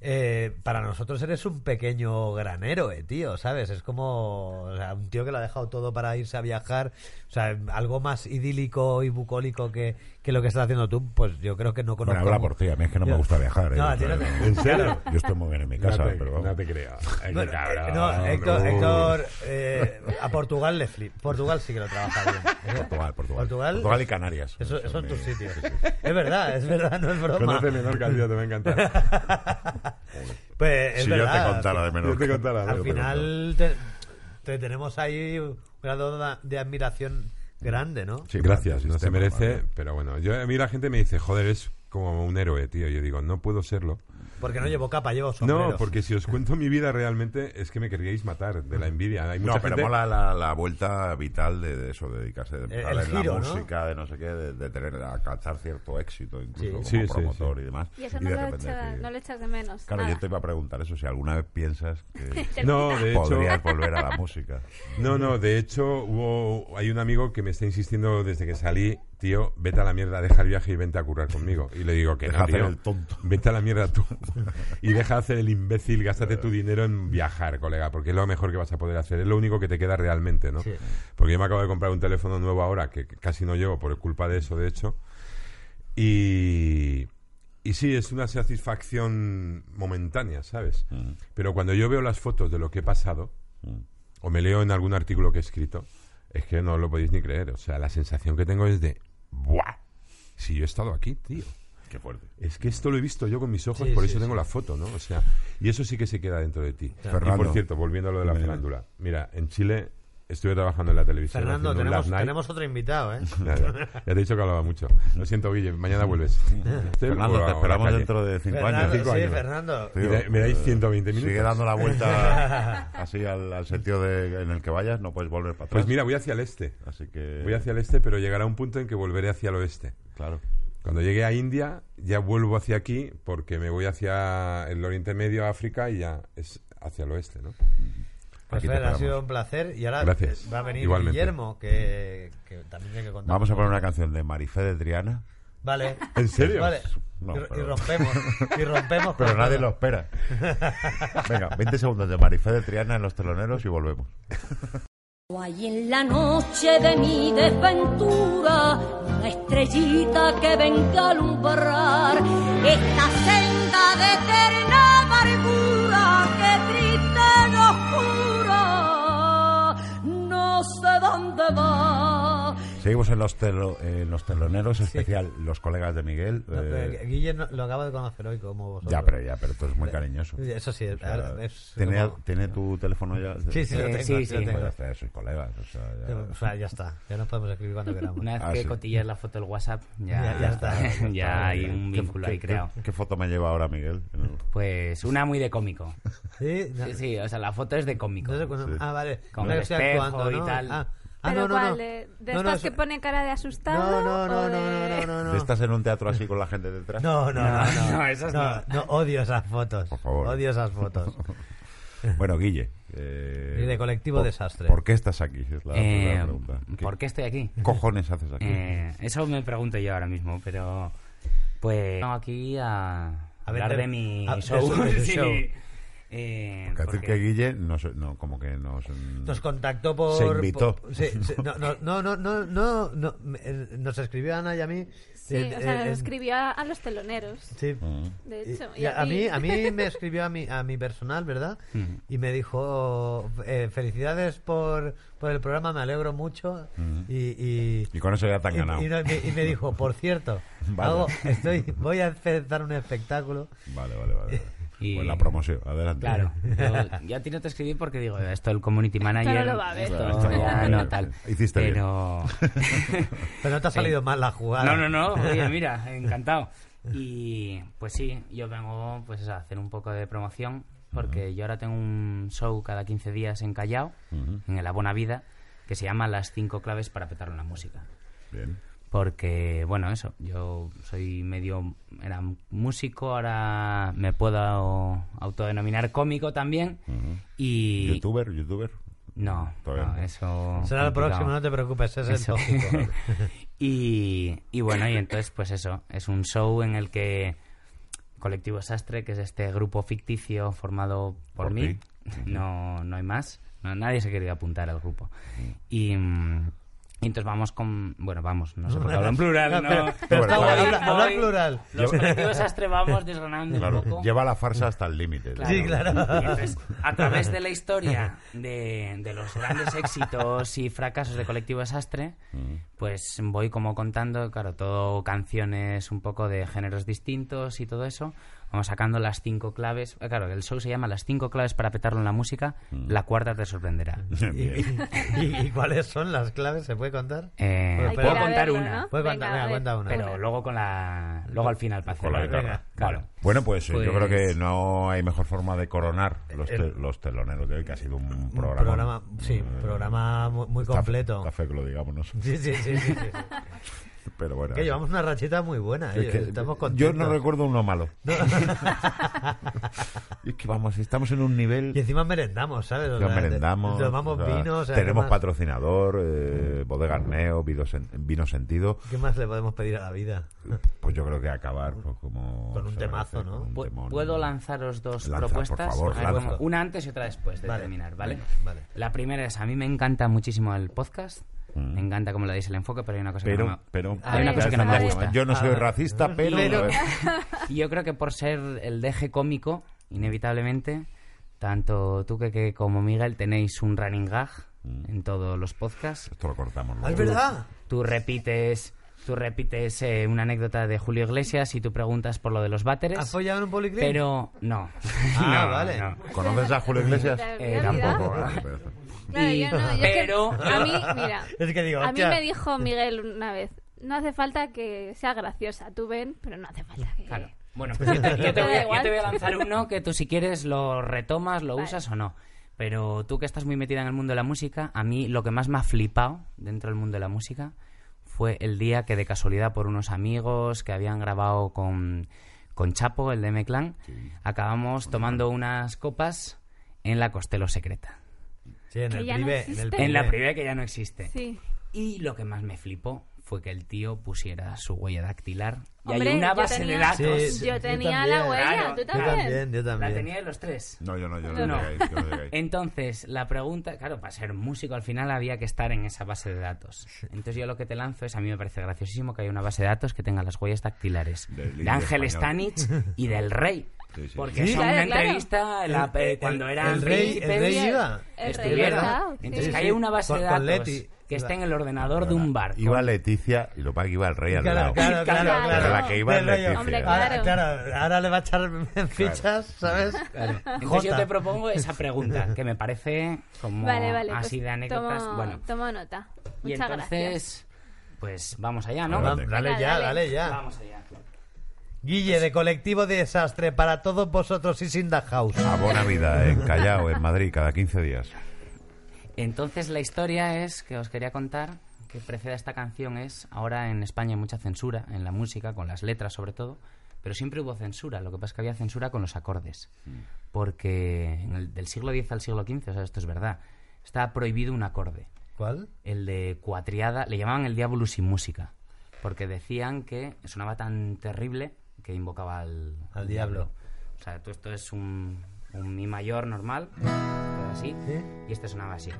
eh, para nosotros eres un pequeño gran héroe, tío, ¿sabes? Es como o sea, un tío que lo ha dejado todo para irse a viajar, o sea, algo más idílico y bucólico que, que lo que estás haciendo tú, pues yo creo que no conozco. Bueno, habla por ti, a mí es que no Yo- me gusta viajar. ¿eh? No, a ti no te- ¿En serio? Yo estoy muy bien en mi casa, no te, pero vamos. no te creo. Ay, Bueno, qué cabrón, eh, no, Héctor, hombre. Héctor, eh, a Portugal le flip. Portugal sí que lo trabaja bien. ¿eh? Portugal, Portugal. Portugal- y Canarias. Eso, eso Son en mi- tus sitios. Es verdad, es verdad, no es broma. Uh, Conoce menor cantidad, te va a encantar. Pues, es Si yo verdad, te contara de menos. Yo te contara, yo Al te final te, te tenemos ahí un grado de- de admiración grande, ¿no? Sí, Gracias, vale, no se sistema, merece, vale. pero bueno, yo, a mí la gente me dice, joder, es como un héroe, tío. Yo digo, no puedo serlo. Porque no llevo capa, llevo sombrero. No, porque si os cuento mi vida realmente es que me querríais matar de la envidia. Hay mucha no, pero gente- mola la, la vuelta vital de, de eso, de dedicarse de El- a el ver giro, la ¿no? música, de no sé qué, de, de tener, a alcanzar cierto éxito, incluso como Sí, sí, promotor sí. y demás. Y eso de no, lo repente echas, decir- no le echas de menos. Claro, nada. yo te iba a preguntar eso, si alguna vez piensas que No, de hecho, podrías pues. volver a la música. no, no, de hecho hubo, hay un amigo que me está insistiendo desde que salí, tío, vete a la mierda, deja el viaje y vente a currar conmigo. Y le digo que Deja no, hacer tío, el tonto. vete a la mierda tú y deja de hacer el imbécil, gástate tu dinero en viajar, colega, porque es lo mejor que vas a poder hacer, es lo único que te queda realmente, ¿no? Sí. Porque yo me acabo de comprar un teléfono nuevo ahora que que casi no llevo por culpa de eso, de hecho. Y, Y sí, es una satisfacción momentánea, ¿sabes? Pero cuando yo veo las fotos de lo que he pasado, o me leo en algún artículo que he escrito, es que no lo podéis ni creer. O sea, la sensación que tengo es de, ¡buah! Si yo he estado aquí, tío. Qué fuerte. Es que esto lo he visto yo con mis ojos, Sí, por sí, eso sí. tengo la foto, ¿no? O sea, y eso sí que se queda dentro de ti. Fernando. Y por cierto, volviendo a lo de la Dime, dime. farándula. Mira, en Chile estuve trabajando en la televisión. Fernando, haciendo un tenemos, late night. tenemos otro invitado, ¿eh? Nada, ya te he dicho que hablaba mucho. Lo siento, Guille, mañana vuelves. Fernando, te esperamos dentro de cinco Fernando, años. sí, cinco años. Fernando. Tío, Me da- me dais eh, 120 minutos. Sigue dando la vuelta así al, al sentido de- en el que vayas, no puedes volver para atrás. Pues mira, voy hacia el este. Así que. Voy hacia el este, pero llegará un punto en que volveré hacia el oeste. Claro. Cuando llegue a India, ya vuelvo hacia aquí porque me voy hacia el Oriente Medio, África y ya es hacia el oeste, ¿no? Pues Aquí te Fer, ha esperamos. sido un placer. Y ahora Gracias. va a venir Igualmente. Guillermo, que, que también tiene que contar. Vamos a poner una canción de Marifé de Triana, Vale. ¿En serio? Vale. No, y, y pero- rompemos. Y rompemos. pero con nadie todo. lo espera. Venga, 20 segundos de Marifé de Triana en los teloneros y volvemos. Hay en la noche de mi desventura una estrellita que venga a alumbrar esta senda de eterna amargura que triste y oscura no sé dónde va. Seguimos en los, telo- eh, en los teloneros, especial los colegas de Miguel. No, pero eh, Guille no- lo acabo de conocer hoy, como vosotros. ya, pero ya, pero tú eres muy cariñoso. Eso sí, O sea, es- ¿tiene, como- tiene tu teléfono ya? Sí, sí, lo Eh, tengo, sí, sí lo sí. Pues tengo. ya está, sois colegas. O sea, ya- O sea, ya está. Ya nos podemos escribir cuando queramos. Una vez Ah, que sí. cotillas la foto del WhatsApp, ya, Ya- ya está. ya hay un ¿Qué- vínculo qué- ahí creado. ¿Qué, qué foto me lleva ahora Miguel? En el- Pues una muy de cómico. Sí, no- Sí, sí, o sea, la foto es de cómimico. no sé cuándo- Ah, vale. Con Creo el que estoy espejo actuando, y ¿no? tal. Ah, ah, no, Pero no, cuál, no. eh, de No, no, estas eso- que pone cara de asustado. No, no, o no, no, no, de- no, no, ¿Tú no. ¿Estás en un teatro así con la gente detrás? No, no, no, no, no, esas no. no, odio esas fotos. Por favor. Odio esas fotos. Bueno, Guille. eh, Y de Colectivo por- Desastre. ¿Por qué estás aquí? Es la, Eh, la pregunta. ¿Qué ¿Por qué estoy aquí? cojones haces aquí? Eh, eso me pregunto yo ahora mismo, pero pues vengo aquí a, hablar vender- de mi a- de show. su- de su sí. show. Eh, Porque decir porque- que Guille nos, no, como que nos... Nos contactó por. Se invitó. por- sí, sí, no, no, no, no, no, no, no, me- eh, nos escribió Ana y a mí. Sí, eh, o sea, eh, nos eh, escribió a, a los teloneros, Sí. Mm. de Y- hecho. y a, a mí, a mí me escribió a mi, a mi personal, ¿verdad? Mm. Y me dijo, eh, felicidades por, por el programa, me alegro mucho. y, y- Y con eso Mm. ya te han y- ganado. y no- y me, y me dijo, por cierto, Vale. hago- estoy, voy a empezar un espectáculo. Vale, vale, vale. Y- Pues la promoción, adelante. Claro, yo, yo a ti no te escribí porque digo, esto el community manager. Esto no lo va a ver. esto Esto no lo va a ya ver. no, tal. Hiciste bien. Pero. Pero no te ha salido mal la jugada. No, no, no. Oye, mira, encantado. Y pues sí, yo vengo pues a hacer un poco de promoción porque yo ahora tengo un show cada 15 días en Callao, en el Abona Vida, que se llama Las cinco claves para petar una música. Bien. Porque, bueno, eso, yo soy medio, era músico, ahora me puedo autodenominar cómico también. Y... ¿Youtuber? ¿Youtuber? No, Todavía no, no. eso... Será el complicado. próximo, no te preocupes, ese es el Eso. tópico. y, y bueno, y entonces, pues eso, es un show en el que Colectivo Sastre, que es este grupo ficticio formado por, Por mí, ti. no, no hay más, no, nadie se quería apuntar al grupo. Y, mm, y entonces vamos con. Bueno, vamos, no sé por qué hablo en plural, ¿no? Pero- pero está Voy- guay, habla- habla voy- plural. Los colectivos Sastre vamos desgranando Claro. un poco. Lleva la farsa hasta el límite. Sí, claro. Y entonces, a través de la historia de, de los grandes éxitos y fracasos de Colectivo Desastre, Mm. pues voy como contando, claro, todo canciones un poco de géneros distintos y todo eso. Vamos sacando las cinco claves. eh, Claro, el show se llama Las cinco claves para petarlo en la música. Mm. La cuarta te sorprenderá. ¿Y, y- y- y cuáles son las claves? ¿Se puede contar? Eh, Pues Hay que puedo ir a contar verlo, una, ¿no? Puedes contar, Venga, venga, a ver. cuenta una. pero luego con la, luego al final para Con la cerrar. guitarra. Claro. Vale. Bueno, pues, eh, yo Pues- creo que no hay mejor forma de coronar los, te- los teloneros de hoy, que ha sido un Un programa. eh, programa, sí, programa mu- muy completo. Café que lo digamos nosotros. Sí, sí, sí, sí, sí. Pero bueno. Que llevamos una rachita muy buena, Es eh, que estamos yo contentos. no recuerdo uno malo. es que vamos, estamos en un nivel. Y encima merendamos, ¿sabes? O Nos sea, merendamos, Tomamos Mm. o sea, vino, o sea, ¿qué tenemos más- patrocinador, eh, bodega Arneo, vino, Sen- Vino sentido. ¿Qué más le podemos pedir a la vida? Pues yo creo que acabar pues, como Con un se temazo, merece, ¿no? con un Pu- temón. ¿Puedo lanzaros dos Lanza, por propuestas? favor, A ver, lanza. bueno, una antes y otra después de Vale, terminar, ¿vale? venga, vale. La primera es, a mí me encanta muchísimo el podcast Me encanta cómo le dais el enfoque, pero hay una cosa que no Mm. Pero, me- pero, Ah, hay una ver, cosa que no me a ver. gusta. Ah. Yo no soy racista, pero... Pero- Y yo creo que por ser el deje cómico, inevitablemente, tanto tú que, que como Miguel tenéis un running gag en todos los podcasts. Esto lo cortamos luego. Ah, Es verdad. Tú repites, tú repites eh, una anécdota de Julio Iglesias y tú preguntas por lo de los ¿Has váteres. follado en un policlín? Pero no. Ah, No, vale. no. ¿Conoces a Julio Iglesias? ah, Eh, tampoco. Claro, yo no, yo es que Pero- a mí, mira, Es que digo, a mí hostia. me dijo Miguel una vez, no hace falta que sea graciosa, tú ven, pero no hace falta que... Claro. Bueno, pues yo te, yo te voy a, yo te Eh, voy a Igual. lanzar uno que tú si quieres lo retomas, lo usas o no. Pero tú que estás muy metida en el mundo de la música, a mí lo que más me ha flipado dentro del mundo de la música fue el día que de casualidad por unos amigos que habían grabado con, con Chapo, el de M-Clan, acabamos tomando unas copas en la Costelo Secreta. Sí, en Que el ya no privé. en, existe. el En la privé. privada que ya no existe. Sí. Y lo que más me flipó fue que el tío pusiera su huella dactilar. Y Hombre, hay una yo base tenía- de datos. Sí, sí, Yo yo tenía también. la huella, Claro. tú Yo Yo también. también, yo La también. tenía de los tres. No, yo no, yo no. No. llegué ahí, yo no llegué ahí. Entonces, la pregunta, claro, para ser músico al final había que estar en esa base de datos. Entonces yo lo que te lanzo es, a mí me parece graciosísimo que haya una base de datos que tenga las huellas dactilares Del de, indio Ángel español. Stanich y del rey. Sí, sí, Porque sí. eso en Claro, una claro. entrevista en la- eh, El- el- cuando el- eran el rey- el príncipes, rey iba. El rey estuvieron. iba, sí. Entonces Sí, que sí. haya una base Con- de con datos Leti. que esté en el ordenador de un barco. Iba Leticia y lo para que iba el rey al Claro, lado. claro, claro, Claro. claro. La que iba Del en rollo, Leticia. Hombre, ahora, claro. claro, ahora le va a echar fichas, ¿sabes? Entonces yo Jota. te propongo esa pregunta, que me parece como Vale, vale. así pues de anécdotas. Tomo, bueno, tomo nota. Muchas y gracias. entonces, pues vamos allá, ¿no? Adelante. Vamos, Dale Venga, ya, dale. dale ya. Vamos allá. Guille, de Colectivo Desastre, para todos vosotros y sin the house. A buena vida en Callao, en Madrid, cada 15 días. Entonces la historia es que os quería contar que precede a esta canción es ahora en España hay mucha censura en la música con las letras sobre todo, pero siempre hubo censura. Lo que pasa es que había censura con los acordes, porque en el- del siglo X al siglo XV, o sea, esto es verdad, está prohibido un acorde. ¿Cuál? El de cuatriada le llamaban el diablo sin música, porque decían que sonaba tan terrible que invocaba al, Al diablo. O sea, tú esto es un, un mi mayor normal, todo así, Sí. y este sonaba así.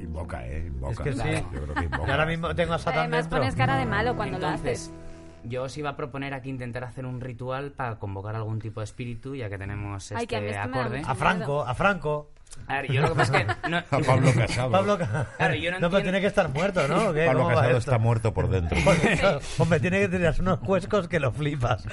Invoca, ¿eh? Invoca. Es que sí. Yo creo que invoca. Y ahora mismo tengo a Satán Además dentro. pones cara de malo cuando Entonces, lo haces. yo os iba a proponer aquí intentar hacer un ritual para convocar algún tipo de espíritu, ya que tenemos Ay, este que a mí esto me da acorde. mucho A Franco, a Franco. A ver, yo lo que pasa es que... No, A Pablo Casado. Pablo Ca- Claro, yo pero no entiendo- tiene que estar muerto, ¿no? ¿O qué? Pablo ¿Cómo va Casado esto? está muerto por dentro. Hombre, tiene que tener unos cuescos que lo flipas.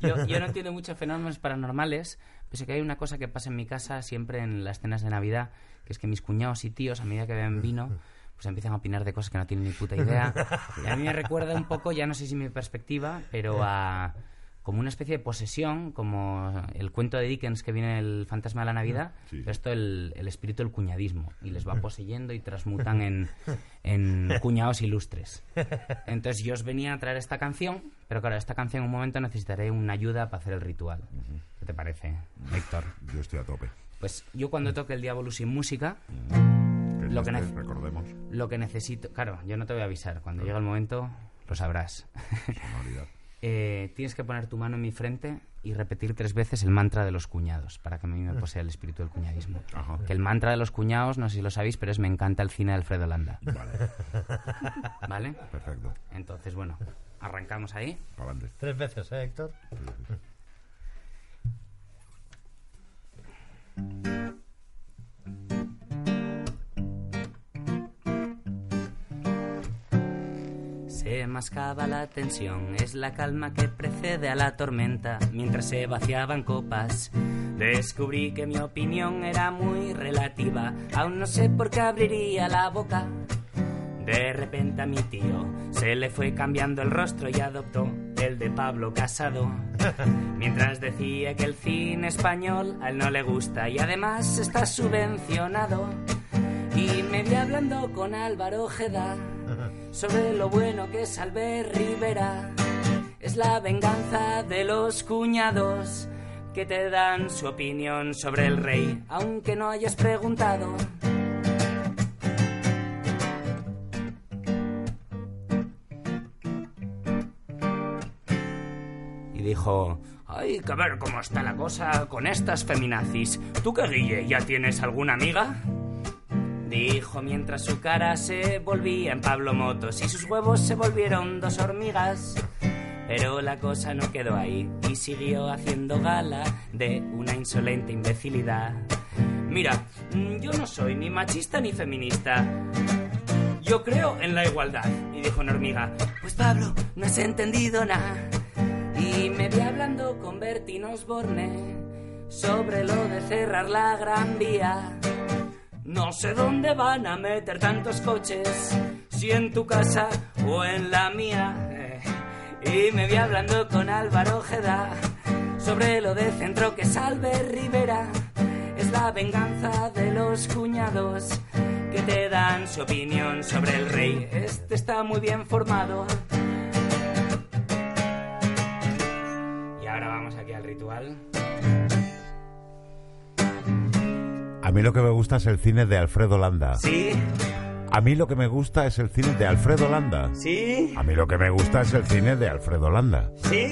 yo, yo no entiendo muchos fenómenos paranormales, pero sé que hay una cosa que pasa en mi casa siempre en las cenas de Navidad, que es que mis cuñados y tíos, a medida que beben vino, pues empiezan a opinar de cosas que no tienen ni puta idea. Y a mí me recuerda un poco, ya no sé si mi perspectiva, pero a como una especie de posesión, como el cuento de Dickens que viene el fantasma de la Navidad, Sí. pero esto el, el espíritu del cuñadismo, y les va poseyendo y transmutan en, en cuñados ilustres. Entonces yo os venía a traer esta canción, pero claro, esta canción en un momento necesitaré una ayuda para hacer el ritual. ¿Qué te parece, Héctor? Yo estoy a tope. Pues yo cuando toque el diablo sin música, Que Lo es que este, nece- recordemos. lo que necesito... Claro, yo no te voy a avisar, cuando llegue el momento lo sabrás. sonoridad. Eh, tienes que poner tu mano en mi frente y repetir tres veces el mantra de los cuñados, para que a mí me posea el espíritu del cuñadismo. Ajá. Que el mantra de los cuñados, no sé si lo sabéis, pero es me encanta el cine de Alfredo Landa. Vale, ¿Vale? perfecto. Entonces, bueno, arrancamos ahí. Para adelante. Tres veces, ¿eh, Héctor? Se mascaba la tensión, es la calma que precede a la tormenta. Mientras se vaciaban copas, descubrí que mi opinión era muy relativa. Aún no sé por qué abriría la boca. De repente a mi tío se le fue cambiando el rostro y adoptó el de Pablo Casado. Mientras decía que el cine español a él no le gusta y además está subvencionado. Y me vi hablando con Álvaro Ojeda sobre lo bueno que es Albert Rivera. Es la venganza de los cuñados que te dan su opinión sobre el rey, aunque no hayas preguntado. y dijo, hay que ver cómo está la cosa con estas feminazis. ¿Tú qué, Guille, ya tienes alguna amiga? Dijo mientras su cara se volvía en Pablo Motos y sus huevos se volvieron dos hormigas. Pero la cosa no quedó ahí y siguió haciendo gala de una insolente imbecilidad. Mira, mm, yo no soy ni machista ni feminista. Yo creo en la igualdad. Y dijo una hormiga, pues Pablo, no has entendido nada. Y me vi hablando con Bertín Osborne sobre lo de cerrar la Gran Vía. No sé dónde van a meter tantos coches, si en tu casa o en la mía. Eh, Y me vi hablando con Álvaro Ojeda sobre lo de centro que salve Rivera. Es la venganza de los cuñados que te dan su opinión sobre el rey. Este está muy bien formado. Y ahora vamos aquí al ritual. A mí lo que me gusta es el cine de Alfredo Landa. Sí, A mí lo que me gusta es el cine de Alfredo Landa. sí, A mí lo que me gusta es el cine de Alfredo Landa. sí.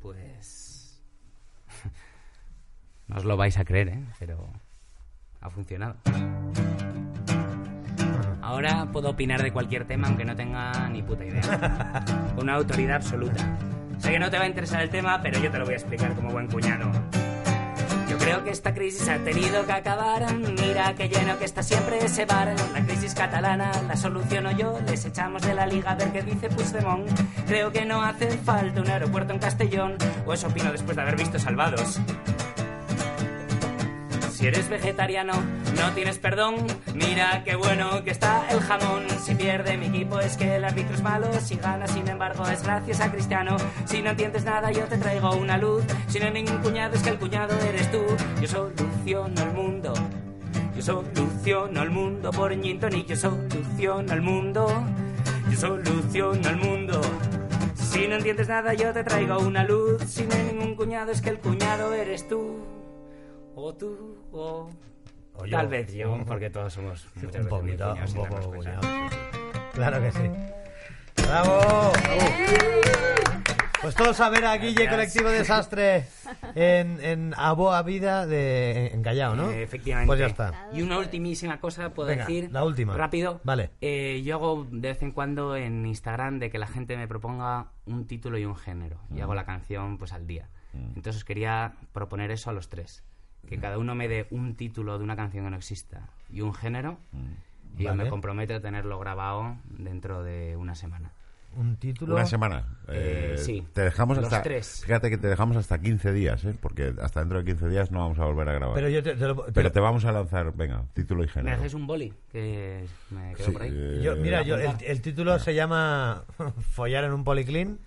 Pues... No os lo vais a creer, ¿eh? Pero ha funcionado. Ahora puedo opinar de cualquier tema aunque no tenga ni puta idea. Con una autoridad absoluta. Sé que no te va a interesar el tema, pero yo te lo voy a explicar como buen cuñado. Yo creo que esta crisis ha tenido que acabar. Mira que lleno que está siempre ese bar. La crisis catalana la soluciono yo. Les echamos de la liga a ver qué dice Puigdemont. Creo que no hace falta un aeropuerto en Castellón. O eso opino después de haber visto Salvados. Si eres vegetariano, no tienes perdón. Mira qué bueno que está el jamón. Si pierde mi equipo es que el árbitro es malo. Si gana, sin embargo, es gracias a Cristiano. Si no entiendes nada, yo te traigo una luz. Si no hay ningún cuñado, es que el cuñado eres tú. Yo soluciono el mundo. Yo soluciono el mundo por gin tonic. Yo soluciono el mundo. Yo soluciono el mundo. Si no entiendes nada, yo te traigo una luz. Si no hay ningún cuñado, es que el cuñado eres tú. O tú, o, O tal yo. vez yo, porque todos somos muchas Un veces poquito, muy cuñados un entre poco otras cuñado. cosas. Claro que sí. ¡Bravo! Pues todos a ver a Guille, Gracias. colectivo desastre, en, en A Boa Vida de, en Callao, ¿no? Eh, efectivamente. Pues ya está. Y una ultimísima cosa puedo Venga, decir. la última. Rápido. Vale. Eh, yo hago de vez en cuando en Instagram de que la gente me proponga un título y un género. Mm. Y hago la canción pues al día. Entonces os quería proponer eso a los tres. Que Mm. cada uno me dé un título de una canción que no exista y un género. Y Mm. yo Vale. me comprometo a tenerlo grabado dentro de una semana. Un título. Una semana. Eh, Eh, sí. Te dejamos Los hasta. tres. Fíjate que te dejamos hasta 15 días, ¿eh? Porque hasta dentro de 15 días no vamos a volver a grabar. Pero yo te, te lo- te Pero lo- te vamos a lanzar, venga, título y ¿Me género. haces un boli? Que me quedo Sí, por ahí. eh, yo- mira, yo, el, el título se llama Follar en un policlin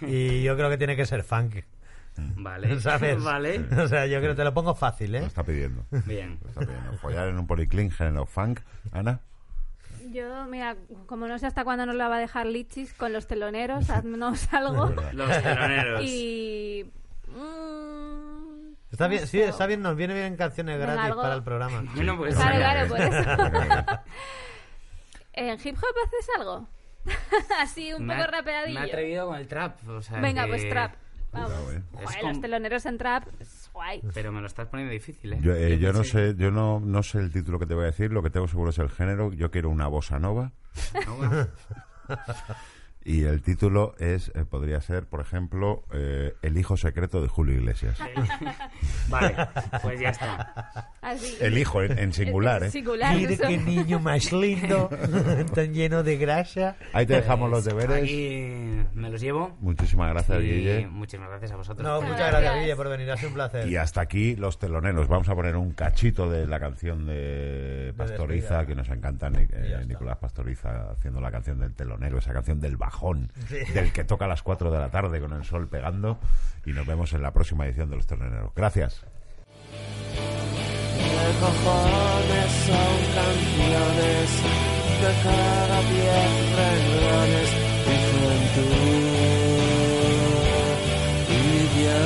y yo creo que tiene que ser funk, Vale. ¿sabes? Vale. O sea, yo creo que te lo pongo fácil, Lo ¿eh? está pidiendo. Bien. Lo está pidiendo. Follar en un policlín, género funk. Ana. Yo, mira, como no sé hasta cuándo nos la va a dejar Lichis con los teloneros, haznos algo. Los teloneros. y. mm, Está bien, sí, está bien, nos viene bien canciones Venga, gratis algo- para el programa. Bueno, pues, Claro, venga. eh. claro, por eso. ¿En hip hop haces algo? Así, un Me poco ha- rapeadillo. Me he atrevido con el trap. o sea Venga, que- pues trap. Vamos. Cuidado, eh. Joder, Es como- Los teloneros en trap, es guay. Pero me lo estás poniendo difícil, ¿eh? Yo, eh, yo no pensé- sé, yo no, no sé el título que te voy a decir, lo que tengo seguro es el género, yo quiero una bossa nova No, bueno. y el título es eh, podría ser, por ejemplo, eh, El hijo secreto de Julio Iglesias. Vale, pues ya está. Así. El hijo en, en singular, ¿eh? Singular, Mire eso. qué niño más lindo, tan lleno de grasa. Ahí te dejamos los deberes. Aquí me los llevo. Muchísimas gracias, y Guille. muchísimas gracias a vosotros. No, muchas gracias, gracias. Guille, por venir, ha sido un placer. Y hasta aquí los teloneros. Vamos a poner un cachito de la canción de Pastoriza, despedida. que nos encanta, Ni- eh, Ya está. Nicolás Pastoriza, haciendo la canción del telonero, esa canción del bajón, Sí. del que toca a las 4 de la tarde con el sol pegando. Y nos vemos en la próxima edición de los teloneros. Gracias. ¿Qué cojones son canciones de cada diez renglones mi juventud y yo?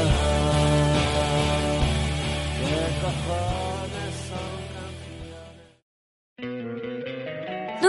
¿Qué cojones son canciones? ¿No